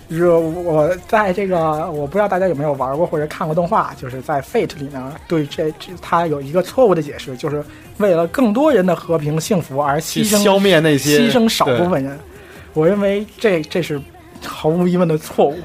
Speaker 4: 是我在这个我不知道大家有没有玩过或者看过动画，就是在 Fate 里面对这这它有一个错误的解释，就是为了更多人的和平幸福而
Speaker 3: 去
Speaker 4: 牺牲
Speaker 3: 消灭那些
Speaker 4: 牺牲少部分人。我认为这这是毫无疑问的错误，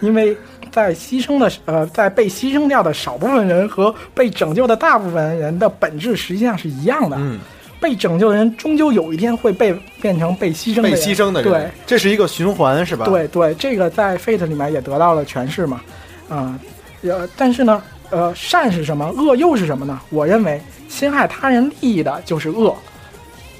Speaker 4: 因为在牺牲的呃，在被牺牲掉的少部分人和被拯救的大部分人的本质实际上是一样的。
Speaker 3: 嗯，
Speaker 4: 被拯救的人终究有一天会被变成被牺牲
Speaker 3: 对
Speaker 4: 的
Speaker 3: 被
Speaker 4: 人。
Speaker 3: 牺牲的人，
Speaker 4: 嗯对，
Speaker 3: 这是一个循环，是吧？，
Speaker 4: 对对，这个在 Fate 里面也得到了诠释嘛，啊、呃，但是呢，呃，善是什么，恶又是什么呢？我认为侵害他人利益的就是恶，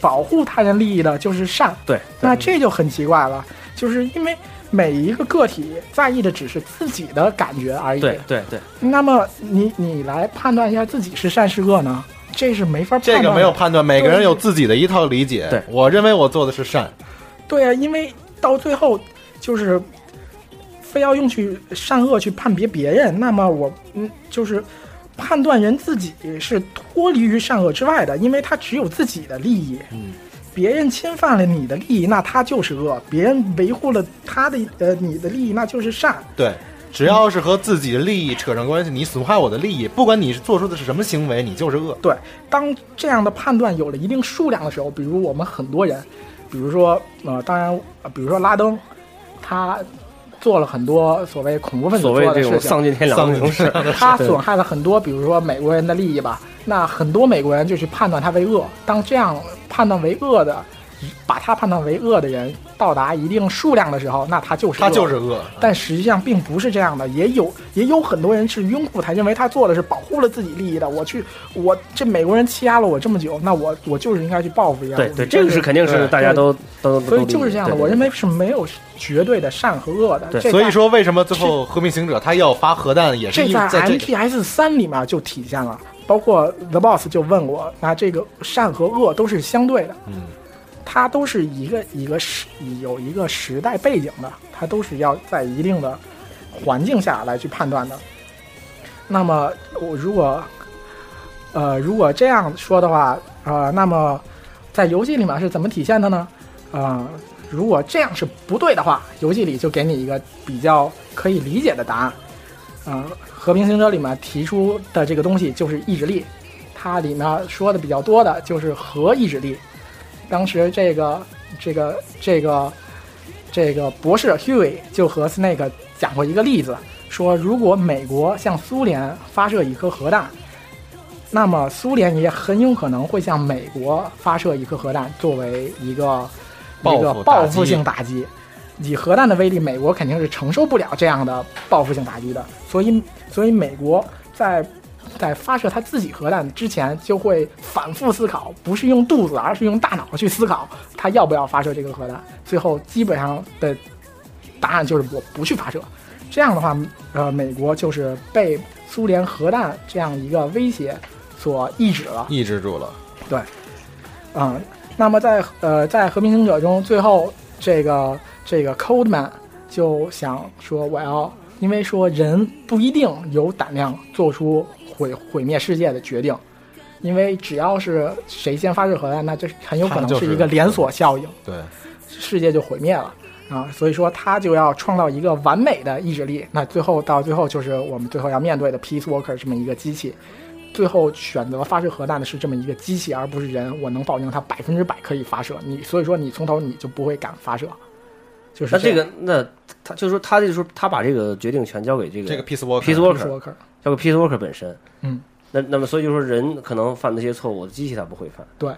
Speaker 4: 保护他人利益的就是善。
Speaker 5: 对。
Speaker 4: 那这就很奇怪了，就是因为每一个个体在意的只是自己的感觉而已。
Speaker 5: 对对对，
Speaker 4: 那么你你来判断一下自己是善是恶呢？这是没法判
Speaker 3: 这
Speaker 4: 断的。
Speaker 3: 个没有判断，每个人有自己的一套理解。
Speaker 5: 对
Speaker 3: 我认为我做的是善，
Speaker 4: 对啊，因为到最后就是非要用去善恶去判别别人，那么我嗯就是判断人自己是脱离于善恶之外的，因为他只有自己的利益。嗯。别人侵犯了你的利益，那他就是恶；别人维护了他的呃你的利益，那就是善。
Speaker 3: 对。只要是和自己的利益扯上关系，你损害我的利益，不管你做出的是什么行为，你就是恶。
Speaker 4: 对，当这样的判断有了一定数量的时候，比如我们很多人，比如说呃，当然，呃比如说拉登，他做了很多所谓恐怖分子
Speaker 5: 所
Speaker 4: 做
Speaker 5: 谓这
Speaker 4: 的
Speaker 5: 种
Speaker 4: 事情
Speaker 5: 丧，尽天良的这种事，
Speaker 4: 他损害了很多，比如说美国人的利益吧。那很多美国人就去判断他为恶。当这样判断为恶的，把他判断为恶的人到达一定数量的时候，那他就是
Speaker 3: 他
Speaker 4: 恶
Speaker 3: 就是恶，
Speaker 4: 但实际上并不是这样的，也有也有很多人是拥护他，认为他做的是保护了自己利益的。我去，我这美国人欺压了我这么久，那我我就是应该去报复一下。
Speaker 5: 对
Speaker 4: 我
Speaker 5: 对，这个是肯定是大家都都都
Speaker 4: 所以就是这样的，我认
Speaker 5: 为
Speaker 4: 为是没有绝对的善和恶的
Speaker 5: 对。
Speaker 4: 这
Speaker 3: 所
Speaker 4: 在
Speaker 3: 以说为什么最后和平行者他要发核弹，也是
Speaker 4: 这
Speaker 3: 因为
Speaker 4: 在
Speaker 3: 在这
Speaker 4: MPS 三里面就体现了，包括 The Boss 就问我，那这个善和恶都是相对的，
Speaker 3: 嗯，
Speaker 4: 它都是一个一个时有一个时代背景的，它都是要在一定的环境下来去判断的。那么我如果呃如果这样说的话，呃，那么在游戏里面是怎么体现的呢？呃，如果这样是不对的话，游戏里就给你一个比较可以理解的答案。呃，和平行者里面提出的这个东西就是意志力，它里面说的比较多的就是核意志力。当时这个这个这个这个博士 Huey 就和 Snake 讲过一个例子，说如果美国向苏联发射一颗核弹，那么苏联也很有可能会向美国发射一颗核弹，作为一个
Speaker 3: 报
Speaker 4: 一个
Speaker 3: 复打
Speaker 4: 报
Speaker 3: 击
Speaker 4: 复性打击。以核弹的威力，美国肯定是承受不了这样的报复性打击的，所以所以美国在在发射他自己核弹之前，就会反复思考，不是用肚子，而是用大脑去思考他要不要发射这个核弹。最后基本上的答案就是我不去发射。这样的话，呃，美国就是被苏联核弹这样一个威胁所抑制了。
Speaker 3: 抑制住了。
Speaker 4: 啊、那么在呃在和平行者中，最后这个这个 Coldman 就想说，我要因为说人不一定有胆量做出毁毁灭世界的决定，因为只要是谁先发射核弹，那这很有可
Speaker 3: 他就
Speaker 4: 能
Speaker 3: 是
Speaker 4: 是一个连锁效应，
Speaker 3: 对，
Speaker 4: 世界就毁灭了。啊，所以说他就要创造一个完美的意志力。那最后到最后就是我们最后要面对的 Peace Walker 这么一个机器，最后选择发射核弹的是这么一个机器，而不是人。我能保证它百分之百可以发射。你所以说你从头你就不会敢发射，就是
Speaker 5: 那这
Speaker 4: 样
Speaker 5: 个那他就是说他这时候他把这个决定权交给这个
Speaker 3: 这个 Peace Walker，
Speaker 5: Peace
Speaker 4: Peace
Speaker 5: Walker，
Speaker 4: Walker
Speaker 5: 交给 Peace Walker 本身。
Speaker 4: 嗯，
Speaker 5: 那那么所以就是说人可能犯的这些错误，机器它不会犯。
Speaker 4: 对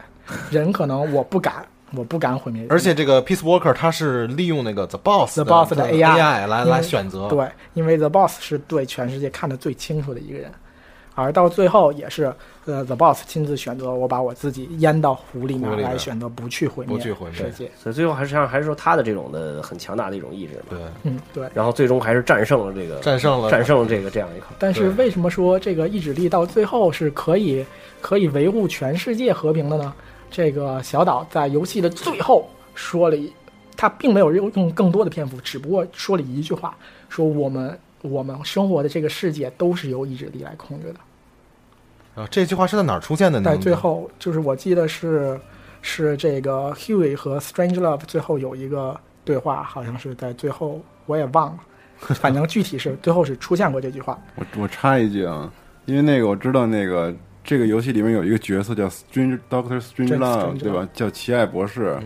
Speaker 4: 人可能我不敢，我不敢毁灭人，
Speaker 3: 而且这个 Peace Walker 他是利用那个 The Boss
Speaker 4: The Boss 的 AI
Speaker 3: AI 来来
Speaker 4: 嗯
Speaker 3: 选择，
Speaker 4: 对，因为 The Boss 是对全世界看得最清楚的一个人，而到最后也是呃 The Boss 亲自选择我把我自己淹到湖里
Speaker 3: 湖
Speaker 4: 面
Speaker 3: 里
Speaker 4: 来，
Speaker 3: 面
Speaker 4: 选择不去毁
Speaker 3: 不
Speaker 4: 灭
Speaker 3: 去毁灭
Speaker 4: 世界。
Speaker 5: 所以最后还是像还是说他的这种的很强大的一种意志嘛。
Speaker 3: 对，
Speaker 4: 嗯，对。
Speaker 5: 然后最终还是战胜了这个
Speaker 3: 战胜了
Speaker 5: 战胜了这个这样一个。
Speaker 4: 但是
Speaker 3: 对
Speaker 4: 为什么说这个意志力到最后是可以可以维护全世界和平的呢？这个小岛在游戏的最后说了一，他并没有用用更多的篇幅，只不过说了一句话，说我们我们生活的这个世界都是由意志力来控制的。
Speaker 3: 啊，这句话是在哪儿出现的呢？
Speaker 4: 在最后，就是我记得是是这个 Huey 和 Strange Love 最后有一个对话，好像是在最后，我也忘 了，反正具体是最后是出现过这句话。
Speaker 6: 我我插一句啊，因为那个我知道那个这个游戏里面有一个角色叫 Strange Doctor Strange Love，
Speaker 4: Strangelove
Speaker 6: 对吧？叫奇爱博士。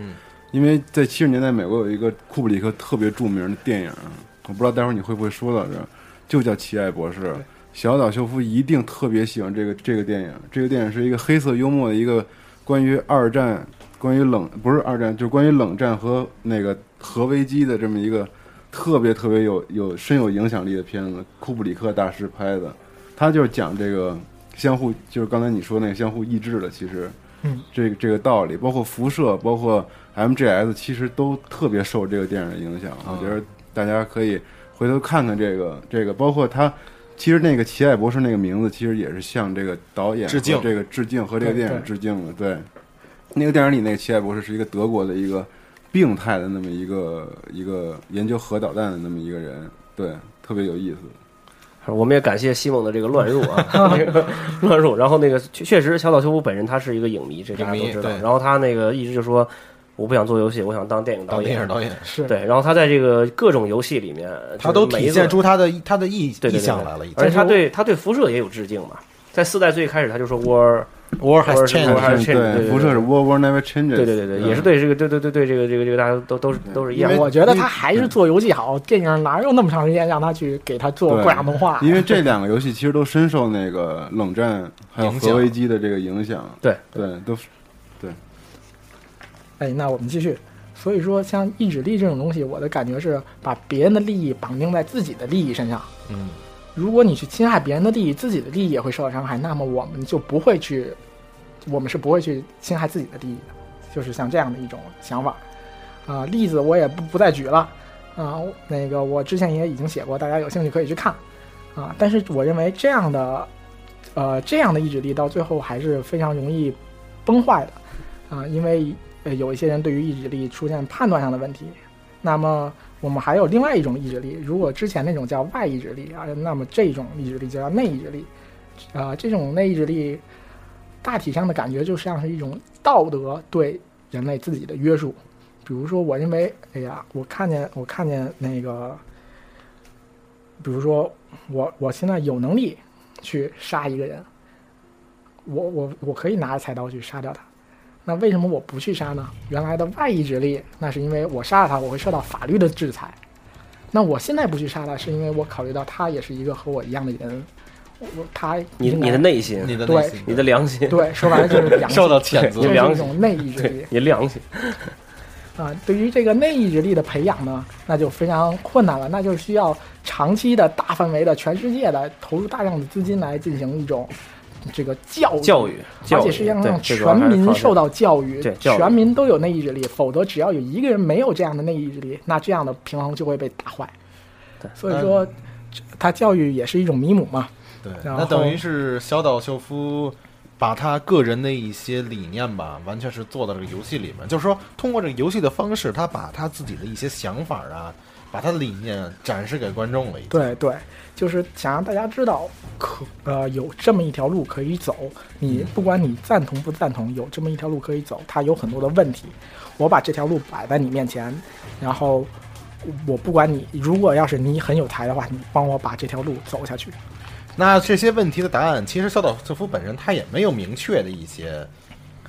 Speaker 6: 因为在七十年代美国有一个库布里克特别著名的电影，啊我不知道待会儿你会不会说到这儿，就叫奇爱博士。小岛秀夫一定特别喜欢这个这个电影，这个电影是一个黑色幽默的一个关于二战、关于冷不是二战，就是关于冷战和那个核危机的这么一个特别特别有有深有影响力的片子，库布里克大师拍的，他就是讲这个相互，就是刚才你说那个相互抑制的，其实，
Speaker 4: 嗯，
Speaker 6: 这个这个道理，包括辐射，包括 MGS，其实都特别受这个电影的影响。
Speaker 5: 啊
Speaker 6: 我觉得大家可以回头看看这个这个，包括他。其实那个奇爱博士那个名字，其实也是向这个导演
Speaker 3: 致敬
Speaker 6: 和这个致敬和这个
Speaker 4: 对
Speaker 6: 电影
Speaker 4: 对
Speaker 6: 致敬的。对，那个电影里那个奇爱博士是一个德国的一个病态的那么一个一个研究核导弹的那么一个人，对，特别有意思。
Speaker 5: 我们也感谢西蒙的这个乱入 啊，这个乱入。然后那个确确实，小岛秀夫本人他是一个影迷，这大家
Speaker 3: 影
Speaker 5: 都
Speaker 3: 迷
Speaker 5: 知道
Speaker 3: 对。
Speaker 5: 然后他那个一直就说，我不想做游戏，我想当电影
Speaker 3: 当
Speaker 5: 导
Speaker 3: 电影
Speaker 5: 演。
Speaker 3: 导演，
Speaker 4: 是，
Speaker 5: 对，然后他在这个各种游戏里面，
Speaker 3: 他都
Speaker 5: 就是每一
Speaker 3: 体
Speaker 5: 个
Speaker 3: 现出他的他的意
Speaker 5: 对对
Speaker 3: 意
Speaker 5: 对
Speaker 3: 向来了，已经
Speaker 5: 而且他对他对辐射也有致敬嘛。在四代最开始，他就说 “war”，
Speaker 3: War has
Speaker 5: 或者是
Speaker 3: changed，
Speaker 5: War has changed，对对
Speaker 6: 对，
Speaker 5: 对
Speaker 6: 辐射是 World War Never Changes。
Speaker 5: 对对对对，也是对这个对对对对这个这个这个大家都都是都是一样
Speaker 3: 因为。
Speaker 4: 我觉得他还是做游戏好，电影哪有那么长时间让他去给他做
Speaker 6: 对
Speaker 4: 过场动画？
Speaker 6: 因为这两个游戏其实都深受那个冷战还有
Speaker 3: 影响
Speaker 6: 核危机的这个影响。
Speaker 5: 对
Speaker 6: 对，都是
Speaker 4: 哎，那我们继续。所以说，像意志力这种东西，我的感觉是把别人的利益绑定在自己的利益身上。
Speaker 3: 嗯，
Speaker 4: 如果你去侵害别人的利益，自己的利益也会受到伤害，那么我们就不会去，我们是不会去侵害自己的利益的，就是像这样的一种想法。啊、例子我也不不再举了，啊、那个我之前也已经写过，大家有兴趣可以去看，啊、但是我认为这样的，呃，这样的意志力到最后还是非常容易崩坏的，啊、因为呃有一些人对于意志力出现判断上的问题，那么我们还有另外一种意志力，如果之前那种叫外意志力啊，那么这种意志力就叫内意志力。啊、这种内意志力大体上的感觉就像是一种道德对人类自己的约束。比如说，我认为，哎呀，我看见我看见那个，比如说我我现在有能力去杀一个人，我我我可以拿着菜刀去杀掉他。那为什么我不去杀呢？原来的外意志力，那是因为我杀了他，我会受到法律的制裁。那我现在不去杀他，是因为我考虑到他也是一个和我一样的人，我我他
Speaker 5: 你
Speaker 4: 应该
Speaker 5: 你的内心，
Speaker 3: 你的
Speaker 4: 对
Speaker 3: 内心
Speaker 5: 你的良心，
Speaker 4: 对，说白了就是良心
Speaker 3: 受到谴
Speaker 4: 这
Speaker 3: 责
Speaker 5: 对，
Speaker 4: 是
Speaker 5: 良
Speaker 4: 一 种内意志力
Speaker 5: 对，你良心。
Speaker 4: 啊、对于这个内意志力的培养呢，那就非常困难了，那就需要长期的、大范围的、全世界的投入大量的资金来进行一种这个教育
Speaker 5: 教育，
Speaker 4: 而
Speaker 5: 教育，
Speaker 4: 且是要让
Speaker 5: 对这个
Speaker 4: 全
Speaker 5: 还是
Speaker 4: 民
Speaker 5: 创
Speaker 4: 受
Speaker 5: 新
Speaker 4: 到教育，
Speaker 5: 对教育
Speaker 4: 全民都有内意志力，否则只要有一个人没有这样的内意志力，那这样的平衡就会被打坏。
Speaker 5: 对嗯
Speaker 4: 所以说，这它教育也是一种弥补嘛。
Speaker 3: 对，
Speaker 4: 然
Speaker 3: 那等于
Speaker 4: 后
Speaker 3: 是小岛秀夫把他个人的一些理念吧，完全是做到这个游戏里面，就是说通过这个游戏的方式，他把他自己的一些想法啊，把他的理念展示给观众了。已经，
Speaker 4: 对对，就是想让大家知道，可呃有这么一条路可以走，你不管你赞同不赞同，有这么一条路可以走，它有很多的问题，我把这条路摆在你面前，然后我不管你，如果要是你很有才的话，你帮我把这条路走下去。
Speaker 3: 那这些问题的答案，其实小岛秀夫本人他也没有明确的一些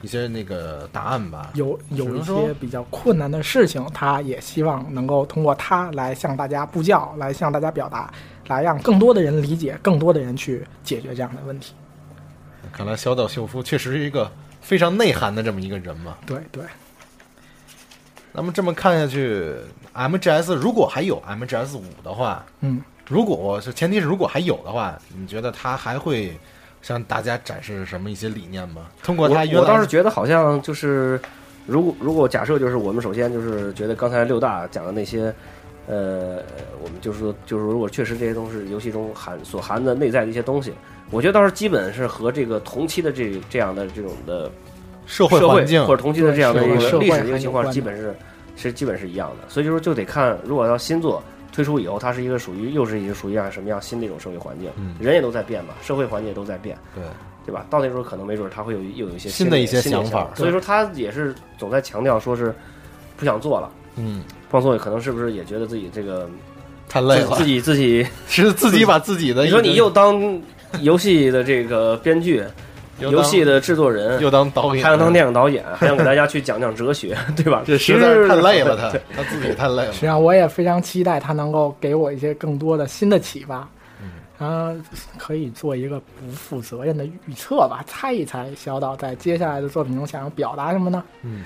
Speaker 3: 一些那个答案吧。
Speaker 4: 有有
Speaker 3: 只
Speaker 4: 一
Speaker 3: 能
Speaker 4: 些
Speaker 3: 说
Speaker 4: 比较困难的事情，他也希望能够通过他来向大家布教，来向大家表达，来让更多的人理解，更多的人去解决这样的问题。
Speaker 3: 看来小岛秀夫确实是一个非常内涵的这么一个人嘛。
Speaker 4: 对对，
Speaker 3: 那么这么看下去，MGS 如果还有 MGS 五的话，
Speaker 4: 嗯，
Speaker 3: 如果是前提是如果还有的话，你觉得他还会向大家展示什么一些理念吗？通过
Speaker 2: 我
Speaker 3: 他原
Speaker 2: 我倒
Speaker 3: 来
Speaker 2: 是觉得好像就是，如果如果假设就是我们首先就是觉得刚才六大讲的那些，呃，我们就是说就是如果确实这些都是游戏中含所含的内在的一些东西，我觉得倒是基本是和这个同期的这这样的这种的
Speaker 3: 社
Speaker 2: 社
Speaker 3: 环境
Speaker 2: 或者同期的这样的一
Speaker 3: 对社
Speaker 2: 个历
Speaker 4: 会
Speaker 2: 史
Speaker 4: 还
Speaker 2: 一
Speaker 4: 有
Speaker 2: 个情况，
Speaker 4: 关
Speaker 2: 基本是是基本是一样的。所以就说就得看，如果要新作推出以后，它是一个属于又是一个属于啊什么样新的一种社会环境，
Speaker 3: 嗯
Speaker 2: 人也都在变嘛，社会环境也都在变，
Speaker 3: 对
Speaker 2: 对吧？到那时候可能没准他会有又有一些
Speaker 3: 新的一些
Speaker 2: 新的
Speaker 3: 想
Speaker 2: 法
Speaker 3: 法，
Speaker 2: 所以说他也是总在强调说是不想做了。
Speaker 3: 嗯，
Speaker 2: 放松也可能是不是也觉得自己这个
Speaker 3: 太累
Speaker 2: 自
Speaker 3: 了，呃
Speaker 2: 己自己，
Speaker 3: 是自己把自己的
Speaker 2: 你
Speaker 3: 一
Speaker 2: 说
Speaker 3: 个
Speaker 2: 你又当游戏的这个编剧，
Speaker 3: 又
Speaker 2: 游
Speaker 3: 当
Speaker 2: 戏的制作人，
Speaker 3: 又当导演，
Speaker 2: 还想当电影导演，还想给大家去讲讲哲学， 对吧？
Speaker 3: 嗯这实在是太累了，他他自己太累了
Speaker 4: 实。际上我也非常期待他能够给我一些更多的新的启发，
Speaker 3: 嗯
Speaker 4: 然后可以做一个不负责任的预测吧，猜一猜小岛在接下来的作品中想要表达什么呢？
Speaker 3: 嗯，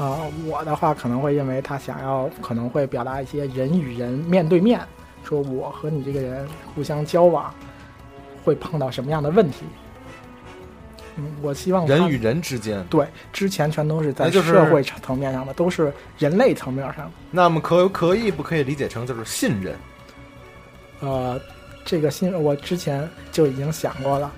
Speaker 4: 啊、我的话可能会认为他想要可能会表达一些人与人面对面，说我和你这个人互相交往会碰到什么样的问题。嗯，我希望他
Speaker 3: 人与人之间，
Speaker 4: 对之前全都是在
Speaker 3: 那就是
Speaker 4: 社会层面上的，都是人类层面上的。
Speaker 3: 那么可可以不可以理解成就是信任？
Speaker 4: 呃，这个新我之前就已经想过了。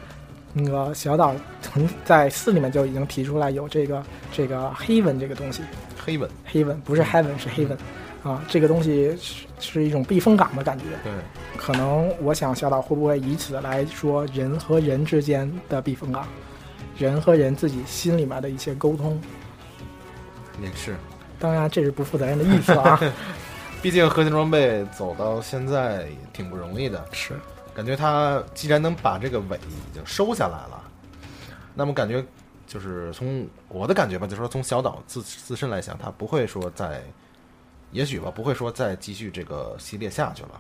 Speaker 4: 那个小岛曾在四里面就已经提出来有这个这个 heaven 这个东西
Speaker 3: 黑文，
Speaker 4: ，heaven 不是 heaven 是 heaven 啊，这个东西是是一种避风港的感觉。
Speaker 3: 对，
Speaker 4: 可能我想小岛会不会以此来说人和人之间的避风港，人和人自己心里面的一些沟通。
Speaker 3: 也是。
Speaker 4: 当然这是不负责任的预测啊，
Speaker 3: 毕竟合金装备走到现在也挺不容易的，
Speaker 4: 是
Speaker 3: 感觉他既然能把这个尾已经收下来了，那么感觉就是从我的感觉吧，就是说从小岛自自身来讲，他不会说再，也许吧，不会说再继续这个系列下去了。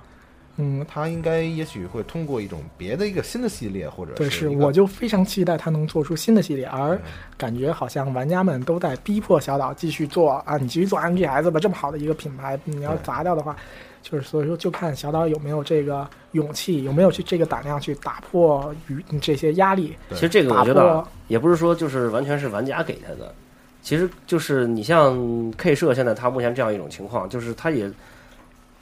Speaker 4: 嗯，
Speaker 3: 他应该也许会通过一种别的一个新的系列，或者
Speaker 4: 对，是
Speaker 3: 是一个
Speaker 4: 我就非常期待他能做出新的系列，而感觉好像玩家们都在逼迫小岛继续做啊，你继续做 MGS 吧，这么好的一个品牌，你要砸掉的话，就是所以说就看小岛有没有这个勇气，有没有去这个胆量去打破与这些压力。
Speaker 3: 对
Speaker 2: 其实这个我觉得
Speaker 4: 打
Speaker 2: 啊
Speaker 4: 破
Speaker 2: 也不是说就是完全是玩家给他的，其实就是你像 K 社现在他目前这样一种情况，就是他也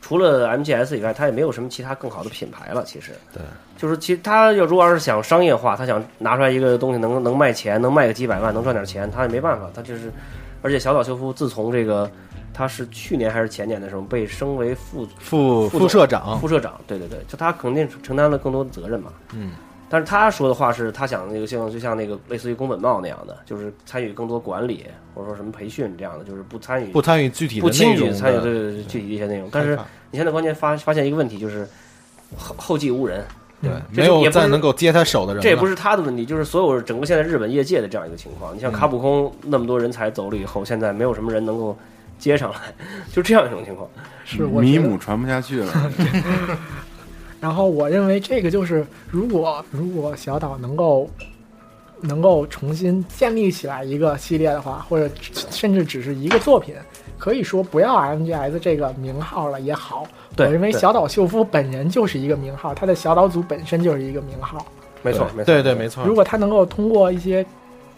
Speaker 2: 除了 MGS 以外，他也没有什么其他更好的品牌了。其实
Speaker 3: 对，
Speaker 2: 就是其实他要如果要是想商业化，他想拿出来一个东西能能卖钱，能卖个几百万，能赚点钱，他也没办法，他就是。而且小岛秀夫自从这个他是去年还是前年的时候被升为副
Speaker 3: 副
Speaker 2: 副
Speaker 3: 副
Speaker 2: 总
Speaker 3: 社长，
Speaker 2: 副社长，对对对，就他肯定承担了更多的责任嘛。
Speaker 3: 嗯，
Speaker 2: 但是他说的话是他想那个像就像那个类似于宫本茂那样的，就是参与更多管理或者说什么培训这样的，就是不参与
Speaker 3: 不参与具体的
Speaker 2: 不
Speaker 3: 内
Speaker 2: 亲
Speaker 3: 容
Speaker 2: 自
Speaker 3: 的
Speaker 2: 参与对对对具体的一些内容。但是
Speaker 3: 开发
Speaker 2: 你现在关键发发现一个问题就是后后继无人，
Speaker 3: 对
Speaker 4: 嗯
Speaker 3: 没
Speaker 2: 这就也
Speaker 3: 有
Speaker 2: 不是
Speaker 3: 再能够接他手的人了，
Speaker 2: 这也不是他的问题，就是所有整个现在日本业界的这样一个情况。
Speaker 3: 嗯
Speaker 2: 你像卡普空那么多人才走了以后，现在没有什么人能够接上来， 就这样一种情况。
Speaker 4: 是我
Speaker 6: 米
Speaker 4: 觉得
Speaker 6: 姆传不下去了，
Speaker 4: 然后我认为这个就是，如果如果小岛能够能够重新建立起来一个系列的话，或者甚至只是一个作品，可以说不要 MGS 这个名号了也好。我
Speaker 2: 对
Speaker 4: 认为
Speaker 2: 对
Speaker 4: 小岛秀夫本人就是一个名号，他的小岛组本身就是一个名号。
Speaker 2: 没错，没错，
Speaker 3: 对对没错
Speaker 4: 如，果他能够通过一些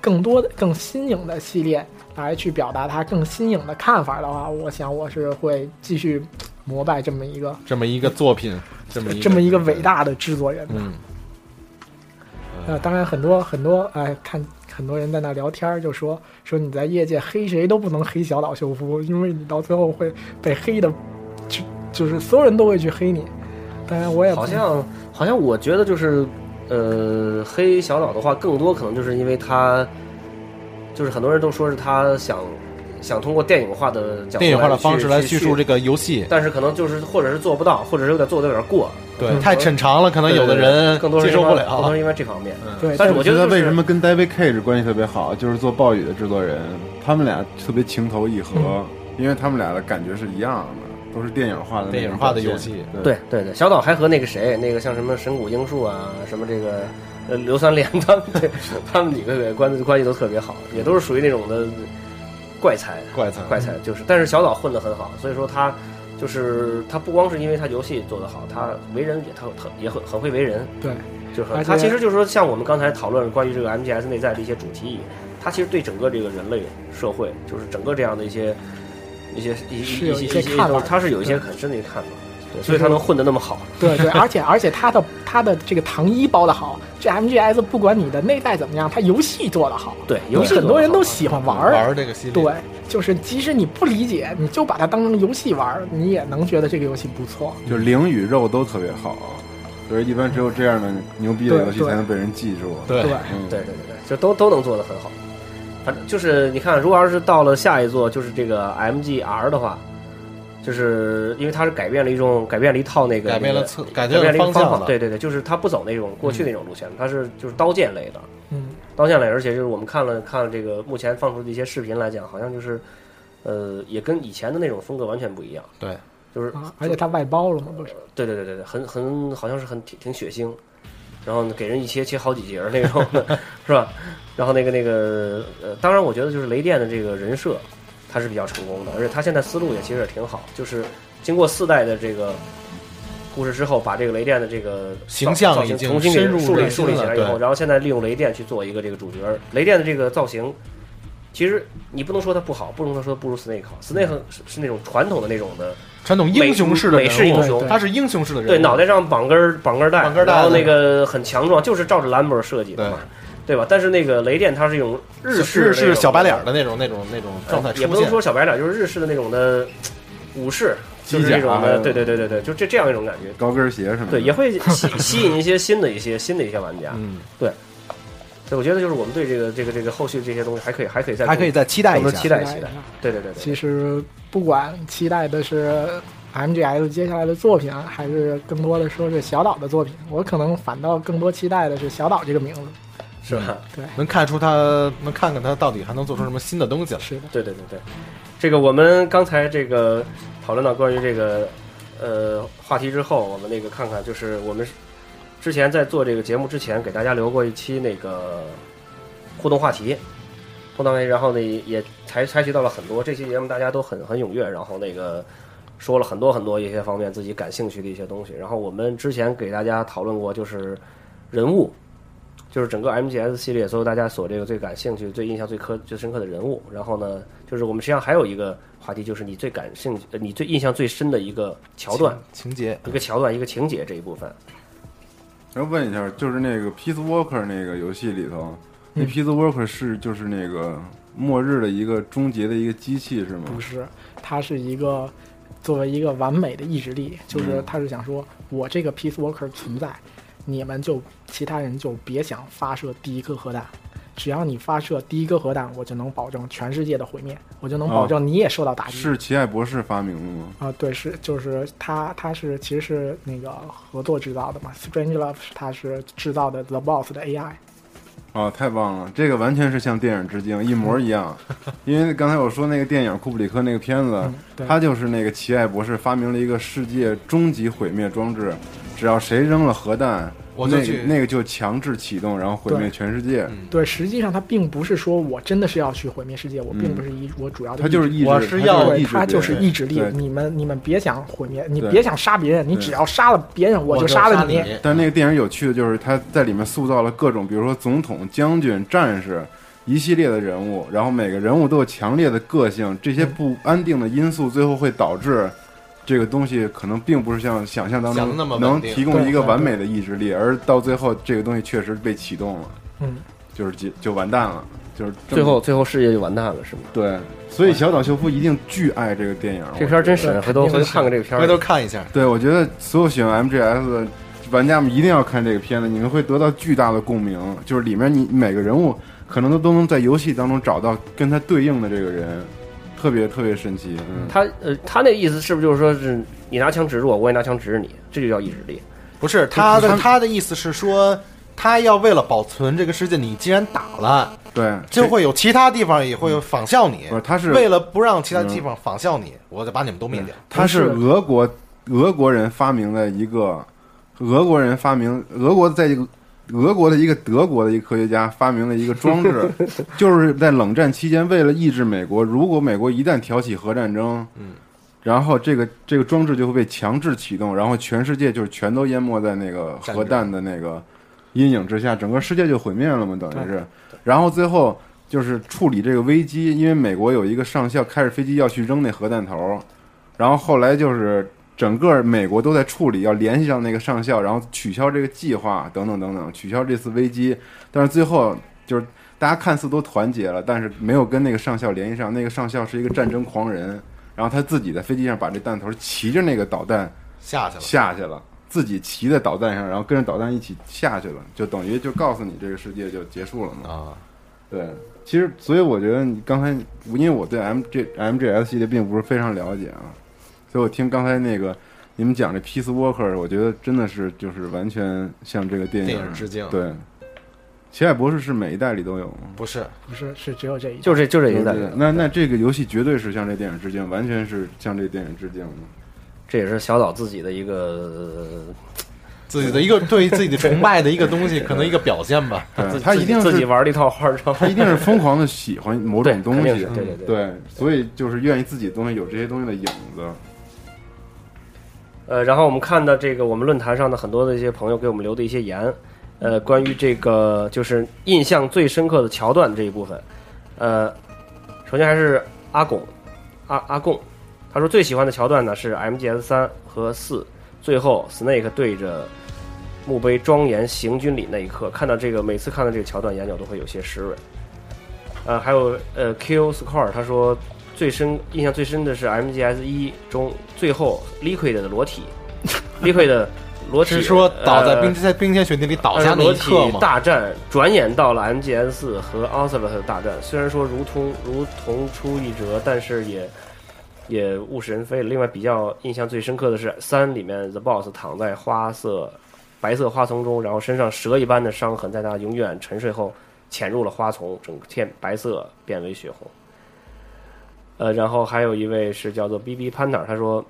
Speaker 4: 更多的、更新颖的系列来去表达他更新颖的看法的话，我想我是会继续膜拜这么一个
Speaker 3: 这么一个作品，这么一个
Speaker 4: 这么一个伟大的制作人的。
Speaker 3: 嗯，
Speaker 4: 呃，当然很多很多，哎、看很多人在那聊天儿，就说说你在业界黑谁都不能黑小岛秀夫，因为你到最后会被黑的，就就是所有人都会去黑你。当然我也不
Speaker 2: 好像好像我觉得就是，呃，黑小岛的话，更多可能就是因为他，就是很多人都说是他想想通过电影化的角度
Speaker 3: 电影化的方式来
Speaker 2: 叙
Speaker 3: 叙述这
Speaker 2: 个，
Speaker 3: 个游戏，
Speaker 2: 但是可能就是或者是做不到，或者是有点做的有点过，
Speaker 3: 对，太抻长了，可能
Speaker 2: 对
Speaker 3: 有的
Speaker 2: 对
Speaker 3: 人
Speaker 2: 更多
Speaker 3: 接
Speaker 2: 是
Speaker 3: 受
Speaker 2: 因为
Speaker 3: 不
Speaker 2: 更多
Speaker 3: 了。
Speaker 2: 是因为这方面。
Speaker 4: 对，
Speaker 2: 但是我觉得
Speaker 6: 他
Speaker 2: 就是
Speaker 6: 为什么跟 David Cage 关系特别好，就是做《暴雨》的制作人，他们俩特别情投意
Speaker 3: 嗯
Speaker 6: 合，因为他们俩的感觉是一样的，都是电影化的那种
Speaker 3: 电影化的
Speaker 6: 表
Speaker 3: 游
Speaker 6: 现
Speaker 3: 戏，
Speaker 2: 对对对，小岛还和那个谁，那个像什么神谷英树啊，什么这个呃刘三连他们， 对他们几个也关关系都特别好，也都是属于那种的怪才。
Speaker 3: 怪才，
Speaker 2: 怪才就是，但是小岛混得很好，所以说他就是他不光是因为他游戏做得好，他为人也他很也很很会为人，
Speaker 4: 对
Speaker 2: 就是
Speaker 4: 而
Speaker 2: 很
Speaker 4: 且
Speaker 2: 他其实就是说像我们刚才讨论关于这个 MGS 内在的一些主题，他其实对整个这个人类社会，就是整个这样的一些一些一
Speaker 4: 是
Speaker 2: 一
Speaker 4: 有
Speaker 2: 些
Speaker 4: 一些
Speaker 2: 些
Speaker 4: 看法
Speaker 2: 东西他是有一些
Speaker 4: 对
Speaker 2: 很深的一个看法，对，所以他能混得那么好，
Speaker 4: 对对，而且而且他的他的这个糖衣包的好，这 MGS 不管你的内在怎么样，它游戏做的好，
Speaker 2: 对，游戏
Speaker 4: 很多人都喜
Speaker 2: 欢，
Speaker 4: 欢玩儿。
Speaker 3: 玩儿这个系列，
Speaker 4: 对，就是即使你不理解，你就把它当成游戏玩儿，你也能觉得这个游戏不错。
Speaker 6: 就灵与肉都特别好，所以一般只有这样的牛逼的游戏
Speaker 4: 对对
Speaker 6: 才能被人记住。
Speaker 3: 对
Speaker 4: 对，
Speaker 6: 嗯，
Speaker 2: 对对对对，就都都能做得很好。反正就是你看，如果要是到了下一座，就是这个 MGR 的话，就是因为它是改变了一种，改变了一套那个
Speaker 3: 改变了
Speaker 2: 那个
Speaker 3: 策，改
Speaker 2: 改
Speaker 3: 变
Speaker 2: 变了
Speaker 3: 了
Speaker 2: 一个
Speaker 3: 方
Speaker 2: 方
Speaker 3: 向
Speaker 2: 法，
Speaker 3: 了。嗯
Speaker 2: 对对对，就是它不走那种过去那种路线，它是就是刀剑类的，
Speaker 4: 嗯，
Speaker 2: 刀剑类，而且就是我们看了看了这个目前放出的一些视频来讲，好像就是，呃，也跟以前的那种风格完全不一样，
Speaker 3: 对，
Speaker 2: 就是
Speaker 4: 啊，而且它外包了嘛，不是？
Speaker 2: 对对对对对，很很好像是很挺挺血腥，然后呢给人一切切好几节儿那种的，是吧？ 然后那个那个呃，当然我觉得就是雷电的这个人设，他是比较成功的，而且他现在思路也其实也挺好，就是经过四代的这个故事之后，把这个雷电的这个
Speaker 3: 形象
Speaker 2: 造
Speaker 3: 已
Speaker 2: 型
Speaker 3: 经
Speaker 2: 重新
Speaker 3: 深
Speaker 2: 给
Speaker 3: 入
Speaker 2: 树立
Speaker 3: 人
Speaker 2: 树立
Speaker 3: 心
Speaker 2: 起
Speaker 3: 了
Speaker 2: 来以后，
Speaker 3: 对
Speaker 2: 然后现在利用雷电去做一个这个主角儿，雷电的这个造型。其实你不能说他不好，不能说不如 Snake 好。Snake 是是那种传统的那种的，
Speaker 3: 传统嗯英雄式的
Speaker 2: 美
Speaker 3: 人
Speaker 2: 美式英
Speaker 3: 物，
Speaker 2: 雄，
Speaker 3: 他是英雄式的人物，
Speaker 2: 对，脑袋上绑根儿绑根儿带，
Speaker 3: 绑根儿带
Speaker 2: 然后
Speaker 3: 的
Speaker 2: 那个很强壮，就是照着兰博设计的嘛，对吧？但是那个雷电它是用日式
Speaker 3: 日
Speaker 2: 的那
Speaker 3: 式
Speaker 2: 种
Speaker 3: 小白脸儿的那种那种那种状态
Speaker 2: 也
Speaker 3: 出
Speaker 2: 不能
Speaker 3: 现
Speaker 2: 说，小白脸，就是日式的那种的武士，就是
Speaker 6: 机甲
Speaker 2: 这种
Speaker 6: 还
Speaker 3: 啊
Speaker 2: 的，
Speaker 6: 有
Speaker 2: 对对对对对，就这这样一种感觉，
Speaker 6: 高跟鞋什么的。
Speaker 2: 对，也会 吸吸引一些新的一些新的一些玩家。
Speaker 3: 嗯，
Speaker 2: 对，我觉得就是我们对这个这个这个后续这些东西还可以还可以再
Speaker 3: 还可以再期待
Speaker 2: 我
Speaker 3: 一
Speaker 2: 们
Speaker 3: 下
Speaker 2: 期。待期待，对对对对，
Speaker 4: 其实不管期待的是 MGS 接下来的作品，还是更多的说是小岛的作品，我可能反倒更多期待的是小岛这个名字。
Speaker 2: 是吧？
Speaker 3: 能看出他，能看看他到底还能做出什么新的东西来。
Speaker 4: 是的，
Speaker 2: 对对对对，这个我们刚才这个讨论到关于这个呃话题之后，我们那个看看就是我们之前在做这个节目之前，给大家留过一期那个互动话题，互动话题，然后呢也采采取到了很多这期节目大家都很很踊跃，然后那个。说了很多很多一些方面自己感兴趣的一些东西，然后我们之前给大家讨论过，就是人物，就是整个 MGS 系列所有大家所这个最感兴趣、最印象最刻、最深刻的人物。然后呢，就是我们实际上还有一个话题，就是你最感兴趣、呃你最印象最深的一个桥段、
Speaker 3: 情节，
Speaker 2: 一个桥段、一个情节这一部分。
Speaker 6: 然后问一下，就是那个 Peace Walker 那个游戏里头，
Speaker 4: 嗯
Speaker 6: 那 Peace Walker 是就是那个末日的一个终结的一个机器是吗？
Speaker 4: 不是，它是一个作为一个完美的意志力，就是
Speaker 6: 嗯
Speaker 4: 他是想说，我这个 Peace Walker 存在，你们就其他人就别想发射第一颗核弹。只要你发射第一颗核弹，我就能保证全世界的毁灭，我就能保
Speaker 6: 哦
Speaker 4: 证你也受到打击。
Speaker 6: 是奇爱博士发明的吗？
Speaker 4: 啊，对，是就是他，他是其实是那个合作制造的嘛，Strange Love 他是制造的 The Boss 的 AI，
Speaker 6: 哦，太棒了！这个完全是向电影致敬，一模 一样。因为刚才我说那个电影库布里克那个片子
Speaker 4: 嗯，对
Speaker 6: 他就是那个奇爱博士发明了一个世界终极毁灭装置，只要谁扔了核弹，
Speaker 3: 我就
Speaker 6: 那
Speaker 3: 去嗯
Speaker 6: 个那个就强制启动，然后毁灭
Speaker 4: 对
Speaker 6: 全世界。
Speaker 4: 对，实际上他并不是说我真的是要去毁灭世界，我并不
Speaker 2: 嗯
Speaker 4: 是一、我主要的
Speaker 6: 他就是
Speaker 4: 意
Speaker 6: 意志，
Speaker 3: 我
Speaker 6: 他
Speaker 3: 是要
Speaker 6: 就
Speaker 4: 对
Speaker 6: 意志
Speaker 4: 他
Speaker 6: 别
Speaker 4: 就是
Speaker 6: 人
Speaker 4: 意志力
Speaker 6: 对，
Speaker 4: 你们你们别想毁灭，你
Speaker 6: 对
Speaker 4: 别想杀别人，你
Speaker 6: 对
Speaker 4: 只要杀了别人，
Speaker 3: 我
Speaker 4: 就
Speaker 3: 就
Speaker 4: 杀
Speaker 3: 杀
Speaker 4: 了
Speaker 3: 你
Speaker 6: 但那个电影有趣的就是他在里面塑造了各种，比如说总统、将军、战士一系列的人物，然后每个人物都有强烈的个性，这些不安定的因素最后会导致这个东西可能并不是像想象当
Speaker 3: 想的
Speaker 6: 中
Speaker 3: 那么稳
Speaker 6: 能
Speaker 3: 定
Speaker 6: 提供一
Speaker 4: 对
Speaker 6: 个
Speaker 4: 对
Speaker 6: 完美的意志力，而到最后这个东西确实被启动了，
Speaker 4: 嗯，
Speaker 6: 就是就就完蛋了，就是这么
Speaker 2: 最后最后世界就完蛋了，是吗？
Speaker 6: 对，所以小岛秀夫一定巨爱这个电影，
Speaker 2: 这片儿真
Speaker 6: 是。
Speaker 2: 神，回头
Speaker 3: 肯
Speaker 2: 回头
Speaker 3: 定是
Speaker 2: 看看这个片
Speaker 3: 回头
Speaker 2: 儿。
Speaker 3: 看一下。
Speaker 6: 对，我觉得所有喜欢 MGS 的玩家们一定要看这个片子，你们会得到巨大的共鸣。就是里面你每个人物可能都都能在游戏当中找到跟他对应的这个人，特别特别神奇。嗯，
Speaker 2: 他呃，他那意思是不是就是说是你拿枪指着我，我也拿枪指着你，这就叫意志力？
Speaker 3: 不是他
Speaker 6: 就
Speaker 3: 的
Speaker 6: 是他
Speaker 3: 他的意思是说，他要为了保存这个世界，你既然打了，
Speaker 6: 对，
Speaker 3: 就会有其他地方也会仿效你
Speaker 6: 不是。他是嗯
Speaker 3: 为了不让其他地方仿效你，我得把你们都灭掉。
Speaker 6: 他是俄国俄国人发明的一个俄国人发明俄国在一个俄国的一个德国的一个科学家发明了一个装置，就是在冷战期间为了抑制美国，如果美国一旦挑起核战争，
Speaker 3: 嗯，
Speaker 6: 然后这个这个装置就会被强制启动，然后全世界就是全都淹没在那个
Speaker 3: 战争
Speaker 6: 核弹的那个阴影之下，整个世界就毁灭了嘛，等于是，然后最后。就是处理这个危机，因为美国有一个上校开着飞机要去扔那核弹头，然后后来就是整个美国都在处理，要联系上那个上校，然后取消这个计划，等等等等，取消这次危机。但是最后就是大家看似都团结了，但是没有跟那个上校联系上。那个上校是一个战争狂人，然后他自己在飞机上把这弹头骑着那个导弹
Speaker 3: 下去了，
Speaker 6: 下去了，自己骑在导弹上，然后跟着导弹一起下去了，就等于就告诉你这个世界就结束了嘛。
Speaker 3: 啊，
Speaker 6: 对，其实所以我觉得你刚才，因为我对 M G M G S 系列并不是非常了解啊，所以我听刚才那个你们讲这 Peace Walker，我觉得真的是就是完全向这个电
Speaker 3: 电
Speaker 6: 影
Speaker 3: 影致敬。，
Speaker 6: 对。奇爱博士是每一代里都有吗？
Speaker 3: 不是
Speaker 4: 不是是只有这一代，
Speaker 2: 就这就这一代，
Speaker 6: 对那那这个游戏绝对是向这电影致敬，完全是向这电影致敬的。
Speaker 2: 这也是小岛自己的一个
Speaker 3: 自己的一个对自己的崇拜的一个东西，可能一个表现吧。
Speaker 2: 呃自
Speaker 6: 对，他一定
Speaker 2: 自己
Speaker 6: 是
Speaker 2: 玩了一套花招，
Speaker 6: 他一定是疯狂的喜欢某种东
Speaker 2: 对肯
Speaker 6: 西，
Speaker 2: 定是对对对
Speaker 6: 所以就是愿意自己的东西有这些东西的影子。
Speaker 2: 呃，然后我们看到这个我们论坛上的很多的一些朋友给我们留的一些言，呃，关于这个就是印象最深刻的桥段这一部分，呃，首先还是阿拱，阿阿贡，他说最喜欢的桥段呢是 MGS 三和四，最后 Snake 对着墓碑庄严行军礼那一刻，看到这个每次看到这个桥段，眼角都会有些湿润。呃，还有呃 Q Score 他说最深印象最深的是 MGS 一中最后 Liquid 的裸体 ，Liquid 的裸体
Speaker 3: 是说倒在
Speaker 2: 呃
Speaker 3: 冰在冰天雪地里倒下那
Speaker 2: 裸
Speaker 3: 一
Speaker 2: 体
Speaker 3: 刻吗？
Speaker 2: 大战，转眼到了 MGS 四和 o c e l o t 大战。虽然说如同如同出一辙，但是也也物是人非了。另外，比较印象最深刻的是三里面 The Boss 躺在花色白色花丛中，然后身上蛇一般的伤痕在他永远沉睡后潜入了花丛，整片白色变为血红。呃，然后还有一位是叫做 B B Panda，他说，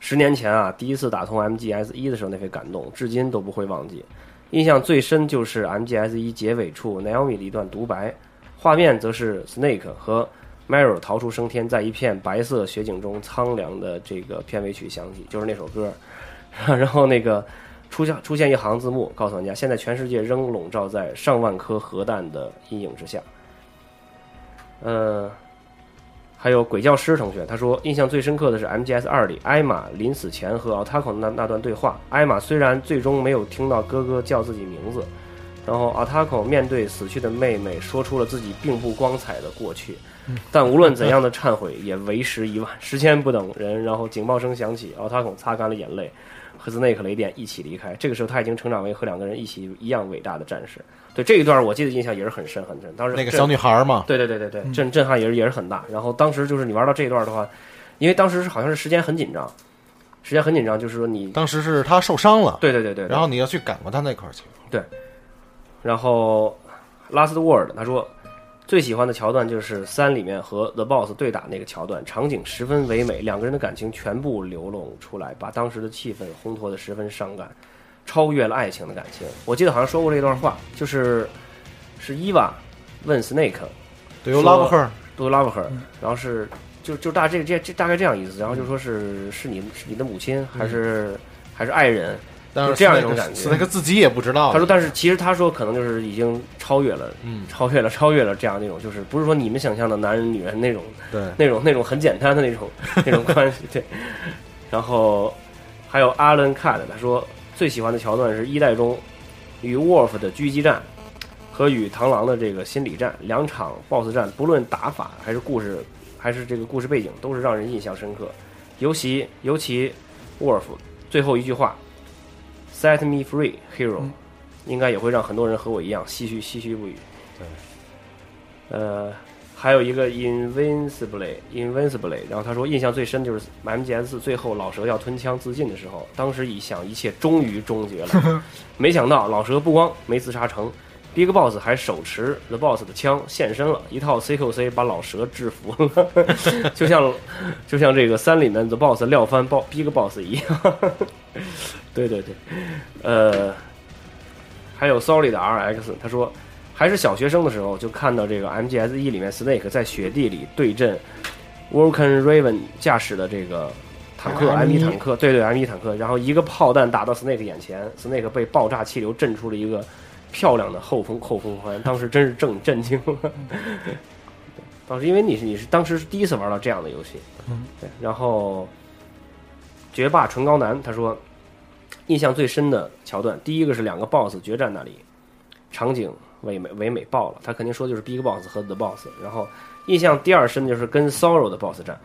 Speaker 2: 十年前啊，第一次打通 MGS 一的时候那份感动，至今都不会忘记。印象最深就是 MGS 一结尾处 Naomi 的一段独白，画面则是 Snake 和 Meryl 逃出升天，在一片白色雪景中苍凉的这个片尾曲响起，就是那首歌。 然后那个出现出现一行字幕，告诉玩家，现在全世界仍笼罩在上万颗核弹的阴影之下。呃，还有鬼教师同学，他说印象最深刻的是 MGS 二里艾玛临死前和 Otako 那那段对话。艾玛虽然最终没有听到哥哥叫自己名字，然后 Otako 面对死去的妹妹，说出了自己并不光彩的过去，但无论怎样的忏悔，也为时已晚。时间不等人，然后警报声响起，Otako 擦干了眼泪，和斯内克雷电一起离开。这个时候，他已经成长为和两个人一起一样伟大的战士。对这一段，我记得印象也是很深很深。当时
Speaker 3: 那个
Speaker 2: 这
Speaker 3: 小女孩嘛，
Speaker 2: 对对对对对，
Speaker 3: 嗯
Speaker 2: 震震撼也是也是很大。然后当时就是你玩到这一段的话，因为当时是好像是时间很紧张，时间很紧张，就是说你
Speaker 3: 当时是她受伤了，
Speaker 2: 对对对对，
Speaker 3: 然后你要去赶过她那块儿去。
Speaker 2: 然后 Last Word 他说最喜欢的桥段就是三里面和 The Boss 对打那个桥段，场景十分唯美，两个人的感情全部流露出来，把当时的气氛烘托的十分伤感，超越了爱情的感情。我记得好像说过这段话，就是是伊娃问 Snake。
Speaker 3: Do you
Speaker 2: 说
Speaker 3: love her？
Speaker 2: Do love her，然后是就就大这这这大概这样意思，然后就说是是你是你的母亲还是、还是爱人？
Speaker 3: 但是
Speaker 2: 这样一种感觉
Speaker 3: 斯内克自己也不知道。
Speaker 2: 他说，但是其实他说可能就是已经超越了，
Speaker 3: 哦嗯
Speaker 2: 超越了超越了这样那种，就是不是说你们想象的男人女人那种
Speaker 3: 对，
Speaker 2: 那种那种很简单的那种那种关系，对。然后还有阿伦看他说最喜欢的桥段是一代中与 Wolf 的狙击战和与螳螂的这个心理战，两场 BOSS 战，不论打法还是故事，还是这个故事背景，都是让人印象深刻。尤其尤其 Wolf 最后一句话，“Set me free, hero”，、
Speaker 4: 嗯
Speaker 2: 应该也会让很多人和我一样唏嘘唏嘘不已。对，呃，还有一个 Invincibly Invincibly，然后他说印象最深就是 MGS 最后老蛇要吞枪自尽的时候，当时一想一切终于终结了，没想到老蛇不光没自杀成。Big Boss 还手持 The Boss 的枪现身了，一套 CQC 把老蛇制服了，就像就像这个三里面 The Boss 撂翻 Bo Big Boss 一样。 对对对，呃，还有 Sorry 的 RX，他说还是小学生的时候就看到这个 MGS 一 E 里面 Snake 在雪地里对阵 Vulcan Raven 驾驶的这个坦克
Speaker 4: M1
Speaker 2: M1 坦克，对对 M1 坦克，然后一个炮弹打到 Snake 眼前，Snake 被爆炸气流震出了一个漂亮的后风后风环，当时真是震震惊了。当时因为你是你是当时是第一次玩到这样的游戏，
Speaker 4: 嗯，
Speaker 2: 对，然后绝霸唇膏男他说印象最深的桥段，第一个是两个 BOSS 决战那里，场景唯美唯美爆了，他肯定说就是 Big Boss 和 The Boss，然后印象第二深就是跟 Sorrow 的 BOSS 战。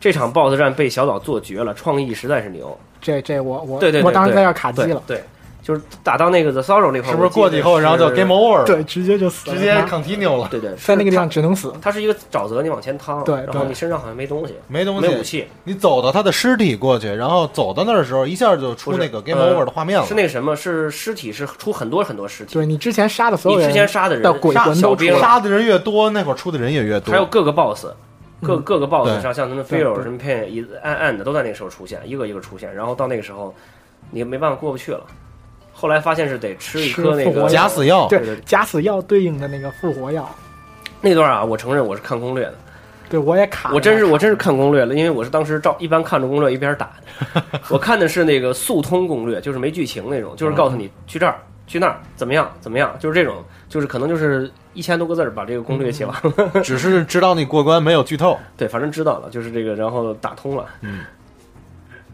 Speaker 2: 这场 BOSS 战被小岛做绝了，创意实在是牛。
Speaker 4: 这这我我
Speaker 2: 对对对
Speaker 4: 我当时
Speaker 2: 对
Speaker 4: 在这儿卡机
Speaker 2: 对
Speaker 4: 了，
Speaker 2: 对，就是打到那个 The Sorrow 那块儿，
Speaker 3: 是不是
Speaker 2: 我记
Speaker 3: 过去以后，
Speaker 2: 得
Speaker 3: 然后就是 game over 了，
Speaker 4: 对，直接就死了，
Speaker 3: 直接
Speaker 4: 妈
Speaker 3: continue 了，
Speaker 2: 对对，
Speaker 4: 在那个地
Speaker 2: 是
Speaker 4: 方只能死
Speaker 2: 它，它是一个沼泽，你往前趟，
Speaker 4: 对
Speaker 2: 然后
Speaker 4: 对
Speaker 2: 你身上好像没东西，
Speaker 3: 没东
Speaker 2: 没武
Speaker 3: 西。
Speaker 2: 器，
Speaker 3: 你走到他的尸体过去，然后走到那儿的时候，一下就出
Speaker 2: 不是
Speaker 3: 那个 game
Speaker 2: 呃
Speaker 3: over 的画面了。
Speaker 2: 是那个什么？是尸体，是出很多很多尸体。
Speaker 4: 对你之前杀的所
Speaker 2: 你
Speaker 4: 有人，
Speaker 2: 之前杀的人
Speaker 4: 到鬼
Speaker 2: 杀
Speaker 4: 魂
Speaker 2: 小
Speaker 4: 都出
Speaker 2: 兵
Speaker 4: 来
Speaker 2: 了，
Speaker 3: 杀的人越多，那会儿出的人也越多
Speaker 2: 还。有各个 boss，各
Speaker 4: 嗯
Speaker 2: 各个 boss
Speaker 3: 对
Speaker 2: 上像什么
Speaker 4: 对
Speaker 2: Fear
Speaker 4: 对
Speaker 2: 什么 Pain 一暗暗的都在那个时候出现，一个一个出现，然后到那个时候你没办法过不去了。后来发现是得吃一
Speaker 4: 吃
Speaker 2: 颗那
Speaker 4: 复
Speaker 2: 个
Speaker 4: 活
Speaker 3: 假死药，
Speaker 2: 对对
Speaker 4: 对
Speaker 2: 对
Speaker 4: 假死药对应的那个复活药，
Speaker 2: 那段啊，我承认我是看攻略的，
Speaker 4: 对我也卡了，
Speaker 2: 我真是我真是看攻略了，因为我是当时照一般看着攻略一边打 的，我看的是那个速通攻略，就是没剧情那种，就是告诉你去这儿去那儿怎么样怎么样，就是这种，就是可能就是一千多个字儿把这个攻略写完了，
Speaker 3: 只是知道你过关没有剧透。
Speaker 2: 对，反正知道了，就是这个，然后打通了，嗯，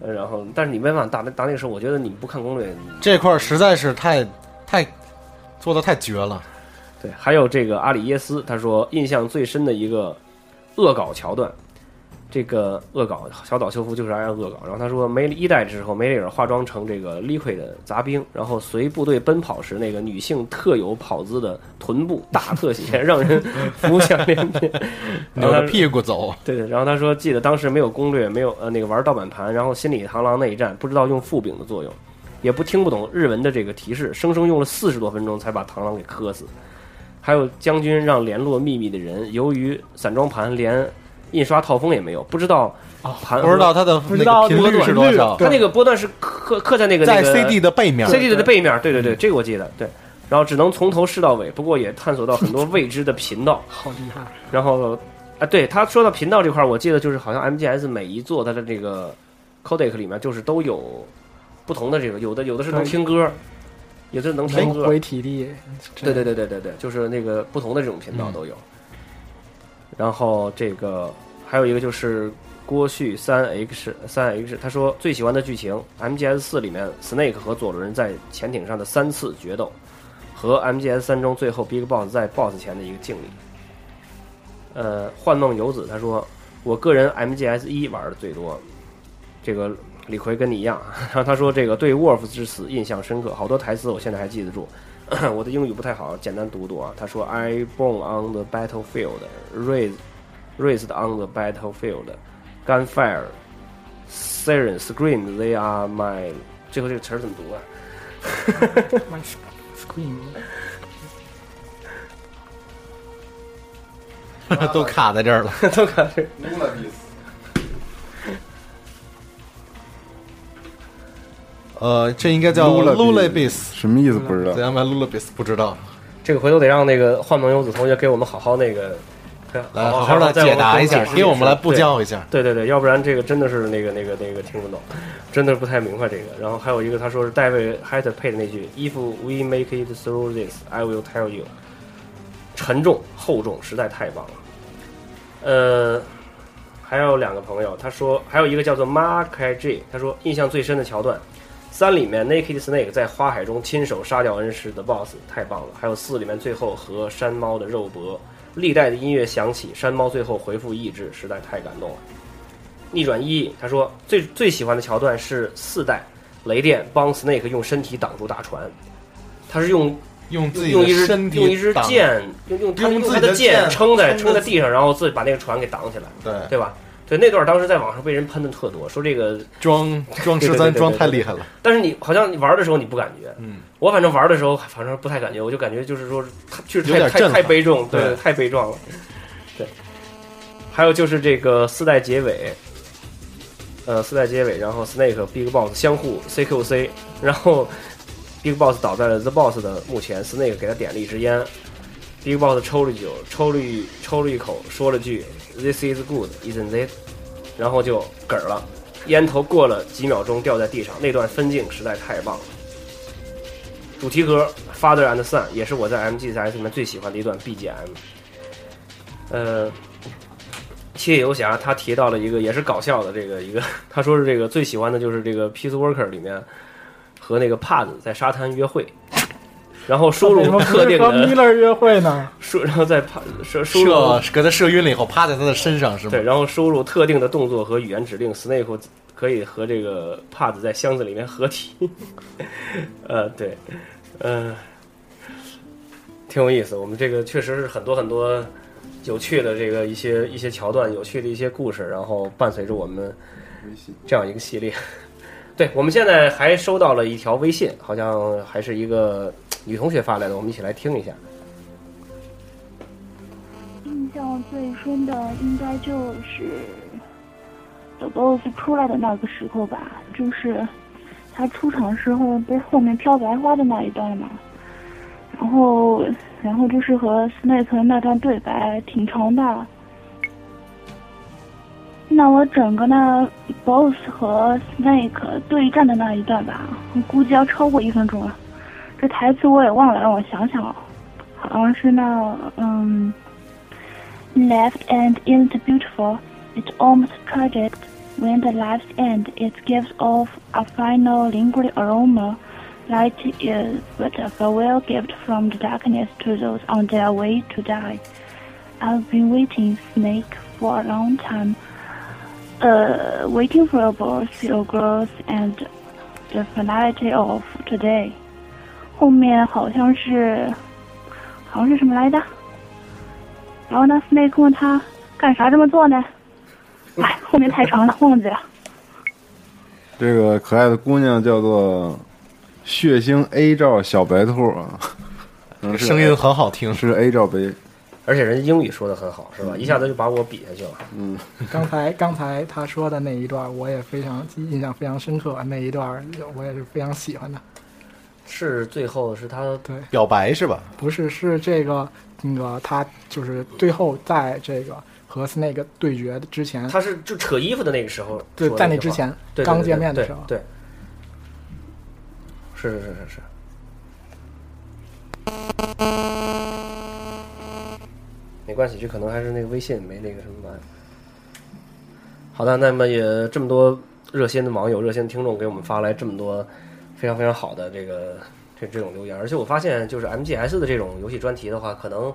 Speaker 2: 然后但是你没办法打打那个时候，我觉得你不看攻略，你
Speaker 3: 这块儿实在是太太做的太绝了。
Speaker 2: 对，还有这个阿里耶斯，他说印象最深的一个恶搞桥段，这个恶搞小岛秀夫就是爱恶搞。然后他说，梅里一代之后，梅里尔化妆成这个 Liquid 的杂兵，然后随部队奔跑时，那个女性特有跑姿的臀部大特写，让人 浮想联翩。然
Speaker 3: 扭
Speaker 2: 后他
Speaker 3: 着屁股走，
Speaker 2: 对对，然后他说记得当时没有攻略，没有呃那个玩盗版盘，然后心理螳螂那一战不知道用副柄的作用，也不听不懂日文的这个提示，生生用了四十多分钟才把螳螂给磕死。还有将军让联络秘密的人，由于散装盘连印刷套封也没有，不知道盘
Speaker 3: 哦不知道它的
Speaker 4: 不
Speaker 3: 那个
Speaker 4: 知道
Speaker 3: 频率是多少，
Speaker 2: 他那个波段是刻刻在那个
Speaker 3: 在
Speaker 2: 那个
Speaker 3: CD 的背面。嗯
Speaker 2: CD 的背面，对对对，这个我记得对。然后只能从头试到尾，不过也探索到很多未知的频道。
Speaker 4: 好厉害，
Speaker 2: 然后啊，对他说到频道这块儿，我记得就是好像 MGS 每一座它的这个 codec 里面就是都有不同的这个，有的有的是能
Speaker 4: 对
Speaker 2: 听歌，有的能听
Speaker 4: 能
Speaker 2: 歌，
Speaker 4: 回体力，
Speaker 2: 对对对对对对，就是那个不同的这种频道都有。然后这个还有一个就是郭旭三 H 三 H，他说最喜欢的剧情 MGS 四里面 Snake 和左轮在潜艇上的三次决斗，和 MGS 三中最后 Big Boss 在 Boss 前的一个敬礼。呃，幻梦游子他说，我个人 MGS 一玩的最多，这个李逵跟你一样 啊，然后他说这个对 Wolf 之死印象深刻，好多台词我现在还记得住。 我的英语不太好，简单读读啊。他说：“I born on the battlefield, raised raised on the battlefield, gunfire, siren scream, they are my…… 最后这个词儿怎么读啊？
Speaker 4: My scream，
Speaker 3: 都卡在这儿了。
Speaker 2: 都看这
Speaker 3: 呃，这应该叫 Lulabis，
Speaker 6: 什么意思不知道
Speaker 3: 怎？样吧？Lulabis 不知道，
Speaker 2: 这个回头得让那个幻梦游子同学给我们好好那个，
Speaker 3: 来呃好
Speaker 2: 好
Speaker 3: 好的
Speaker 2: 再
Speaker 3: 解答一
Speaker 2: 给
Speaker 3: 下，
Speaker 2: 们
Speaker 3: 给我们来布
Speaker 2: 对
Speaker 3: 教一下。
Speaker 2: 对对对，要不然这个真的是那个那个那个听不懂，真的是不太明白这个。然后还有一个，他说是戴维·海特配的那句 “If we make it through this, I will tell you”，沉重厚重，实在太棒了。呃，还有两个朋友，他说还有一个叫做 Mark G，他说印象最深的桥段，三里面 Naked Snake 在花海中亲手杀掉恩师的 BOSS，太棒了。还有四里面最后和山猫的肉搏，历代的音乐响起，山猫最后回复意志，实在太感动了。逆转一，他说最最喜欢的桥段是四代雷电帮 Snake 用身体挡住大船，他是用
Speaker 3: 用自己
Speaker 2: 用一
Speaker 3: 的
Speaker 2: 支
Speaker 3: 身体
Speaker 2: 用一支
Speaker 3: 挡
Speaker 2: 剑，用用他
Speaker 3: 用
Speaker 2: 用
Speaker 3: 自己
Speaker 2: 他的
Speaker 3: 的剑
Speaker 2: 撑在
Speaker 3: 撑着
Speaker 2: 撑在
Speaker 3: 自
Speaker 2: 地上，然后自己把那个船给挡起来，
Speaker 3: 对
Speaker 2: 对吧？对那段当时在网上被人喷的特多，说这个，
Speaker 3: 装装十
Speaker 2: 对对对
Speaker 3: 三
Speaker 2: 对
Speaker 3: 装
Speaker 2: 对
Speaker 3: 太
Speaker 2: 对
Speaker 3: 厉害了，
Speaker 2: 但是你好像你玩的时候你不感觉，
Speaker 3: 嗯，
Speaker 2: 我反正玩的时候反正不太感觉，我就感觉就是说太确实
Speaker 3: 有
Speaker 2: 太
Speaker 3: 点
Speaker 2: 太
Speaker 3: 震撼
Speaker 2: 太悲壮，对，
Speaker 3: 对
Speaker 2: 太悲壮了，对。还有就是这个四代结尾，呃，四代结尾，然后 Snake、Big Boss 相互 CQC，然后 Big Boss 倒在了 The Boss 的墓前，Snake 给他点了一支烟，Big Boss 抽了酒，抽了一抽了一口，说了句 This is good, isn't it？然后就嗝儿了，烟头过了几秒钟掉在地上，那段分镜实在太棒了。主题歌《Father and Son》也是我在 MGS 里面最喜欢的一段 BGM。呃，七夜游侠他提到了一个也是搞笑的这个一 个，他说是这个最喜欢的就是这个《Peace Worker》里面和那个帕子在沙滩约会，然后输
Speaker 4: 为什
Speaker 2: 入
Speaker 4: 么不
Speaker 2: 特
Speaker 4: 是
Speaker 2: 定
Speaker 4: 和
Speaker 2: 的
Speaker 4: Miller 约会呢？
Speaker 2: 输，然后在帕输输入
Speaker 3: 射给他射晕了以后，趴在他的身上是吗
Speaker 2: 对，？然后输入特定的动作和语言指令，Snake 可以和这个帕子在箱子里面合体。 呃，对，嗯、挺有意思。我们这个确实是很多很多有趣的这个一些一些桥段，有趣的一些故事，然后伴随着我们这样一个系列。对，我们现在还收到了一条微信，好像还是一个女同学发来的，我们一起来听一下。
Speaker 7: 印象最深的应该就是 The Boss 出来的那个时候吧，就是他出场时候不是后面飘白花的那一段嘛，然后然后就是和 Snake 的那段对白挺长的。那我整个那 Boss 和 Snake 对战的那一段吧，我估计要超过一分钟了。这台词我也忘了，让我想想哦，好像是那嗯。left end isn't beautiful. It's almost tragic. When the life's end, it gives off a final lingering aroma. Light is but a farewell gift from the darkness to those on their way to die. I've been waiting, Snake, for a long time. Uh, waiting for a boss, your growth, and the finality of today. 后面好像是，好像是什么来着？然后呢，Snake 问他干啥这么做呢？哎，后面太长了，忘记了。
Speaker 6: 这个可爱的姑娘叫做血腥 A 照小白兔啊，嗯是
Speaker 3: 声音很好听，
Speaker 6: 是 A 罩杯，
Speaker 2: 而且人家英语说的很好，是吧？一下子就把我比下去了。
Speaker 4: 刚才刚才他说的那一段，我也非常印象非常深刻，那一段我也是非常喜欢的。
Speaker 2: 是最后是他
Speaker 4: 对，
Speaker 3: 表白是吧？
Speaker 4: 不是是这个那个他就是最后在这个和 Snake 对决之前，
Speaker 2: 他是就扯衣服的那个时候说的
Speaker 4: 对
Speaker 2: 句话，
Speaker 4: 在那之前
Speaker 2: 对对对
Speaker 4: 刚见面的时候，
Speaker 2: 对，对是是是是是。没关系，这可能还是那个微信没那个什么玩意儿。好的，那么也这么多热心的网友、热心的听众给我们发来这么多非常非常好的这个这这种留言，而且我发现就是 MGS 的这种游戏专题的话，可能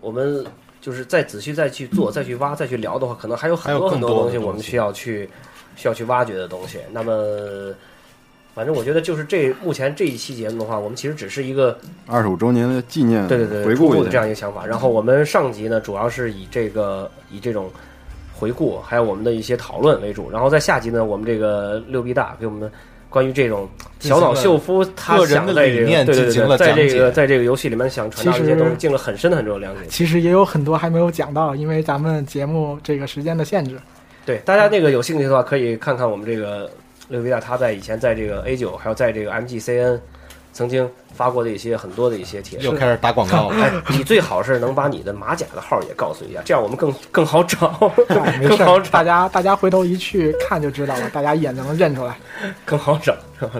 Speaker 2: 我们就是再仔细再去做、再去挖、再去聊的话，可能还有很
Speaker 3: 还
Speaker 2: 多
Speaker 3: 有
Speaker 2: 很
Speaker 3: 更
Speaker 2: 多
Speaker 3: 多
Speaker 2: 东
Speaker 3: 的
Speaker 2: 西我们
Speaker 3: 东西
Speaker 2: 需要去需要去挖掘的东西。那么，反正我觉得就是这目前这一期节目的话，我们其实只是一个
Speaker 6: 二十五周年的纪念，
Speaker 2: 对对对，
Speaker 6: 嗯回
Speaker 2: 初
Speaker 6: 顾
Speaker 2: 步
Speaker 6: 一
Speaker 2: 这样
Speaker 6: 下。
Speaker 2: 一个想法。然后我们上集呢，主要是以这个以这种回顾，还有我们的一些讨论为主。然后在下集呢，我们这个六必大给我们关于这种小岛秀夫他
Speaker 3: 个人
Speaker 2: 想
Speaker 3: 的
Speaker 2: 在这
Speaker 3: 理念
Speaker 2: 对对
Speaker 3: 进行
Speaker 2: 对，
Speaker 3: 了
Speaker 2: 在这
Speaker 3: 讲
Speaker 2: 个
Speaker 3: 解
Speaker 2: 在这个游戏里面想传达的一些
Speaker 4: 其实
Speaker 2: 东西，尽了很深的很多的了解。
Speaker 4: 其实也有很多还没有讲到，因为咱们节目这个时间的限制。
Speaker 2: 对大家那个有兴趣的话，可以看看我们这个六必大他在以前在这个 A 九，还有在这个 MGCN 曾经发过的一些很多的一些帖子
Speaker 3: 又。开始打广告了，
Speaker 2: 哎，你最好是能把你的马甲的号也告诉一下，这样我们更更好找，
Speaker 4: 哎没
Speaker 2: 更
Speaker 4: 事
Speaker 2: 好
Speaker 4: 儿，
Speaker 2: 找
Speaker 4: 大，家大家回头一去看就知道了，大家一眼就能认出来。
Speaker 2: 更好找。是吧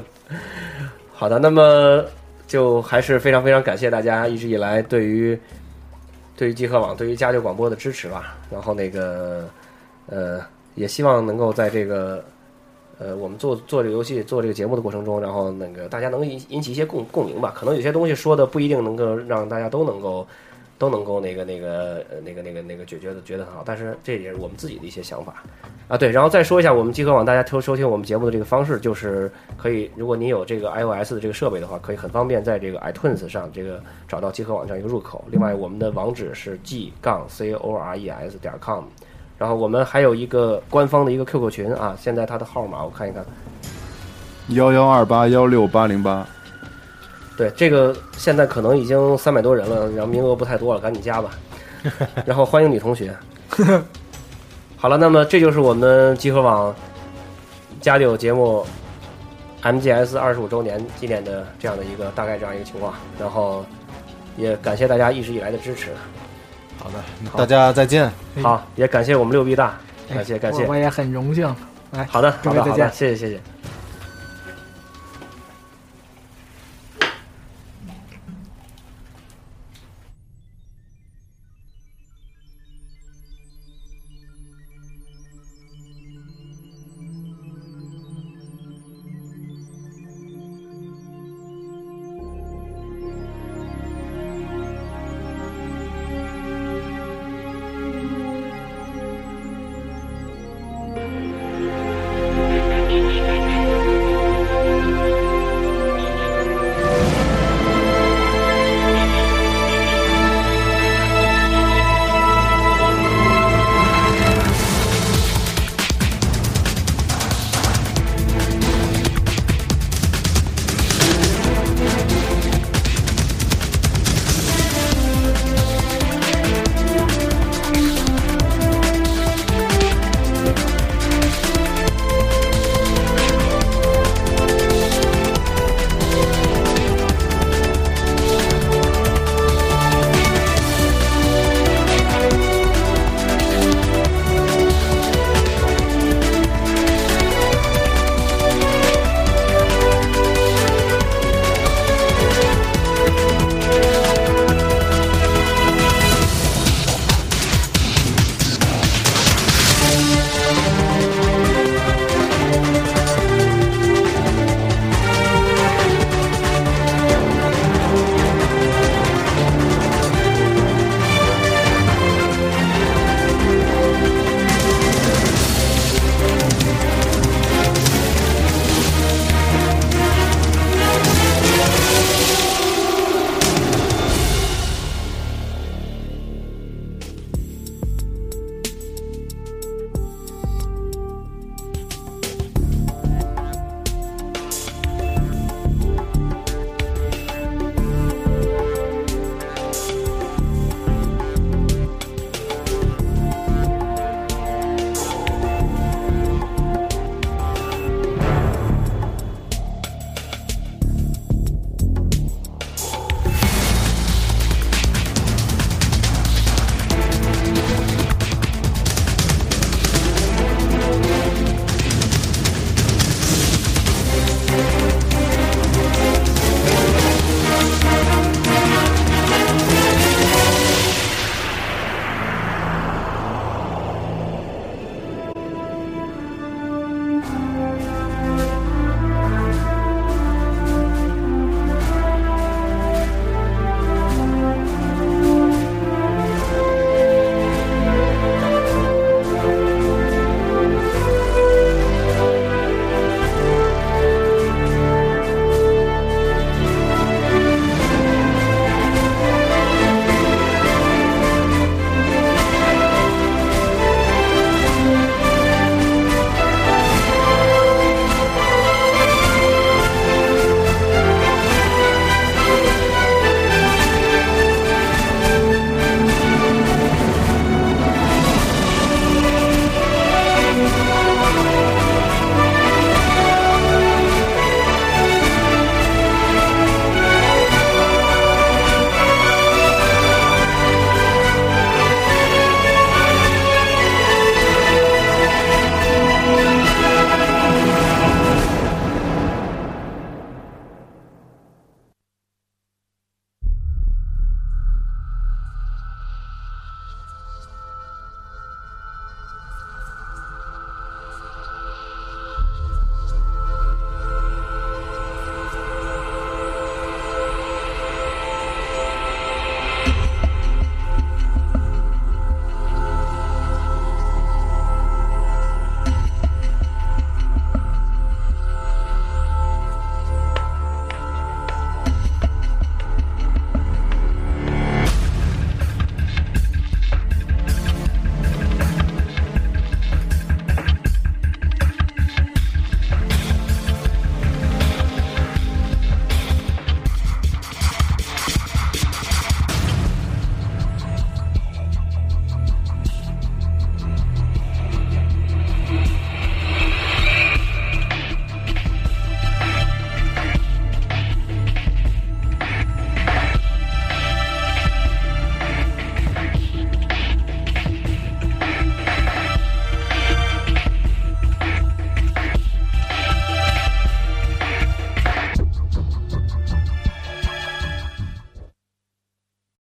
Speaker 2: 好的，那么就还是非常非常感谢大家一直以来对于对于集合网、对于家教广播的支持吧。然后那个呃，也希望能够在这个呃我们做做这个游戏、做这个节目的过程中，然后那个大家能引引起一些共共鸣吧。可能有些东西说的不一定能够让大家都能够都能够那个那个呃那个那个那个觉觉得觉得很好，但是这也是我们自己的一些想法啊。对，然后再说一下我们集合网大家收收听我们节目的这个方式，就是可以，如果你有这个 iOS 的这个设备的话，可以很方便在这个 iTunes 上这个找到集合网这样一个入口。另外，我们的网址是 g 杠 c o r e s 点 com，然后我们还有一个官方的一个 QQ 群啊，现在它的号码我看一看，
Speaker 6: 幺幺二八幺六八零八，
Speaker 2: 对，这个现在可能已经三百多人了，然后名额不太多了，赶紧加吧。然后欢迎女同学。好了，那么这就是我们集合网家里有节目 MGS 二十五周年纪念的这样的一个大概这样一个情况，然后也感谢大家一直以来的支持。
Speaker 3: 好的，大家再见。
Speaker 4: 哎
Speaker 2: 好，也感谢我们六必大，感谢感谢
Speaker 4: 我。我也很荣幸。来，
Speaker 2: 好的，
Speaker 4: 各
Speaker 2: 好
Speaker 4: 位
Speaker 2: 的，
Speaker 4: 再
Speaker 2: 好的，
Speaker 4: 见
Speaker 2: 谢谢谢谢。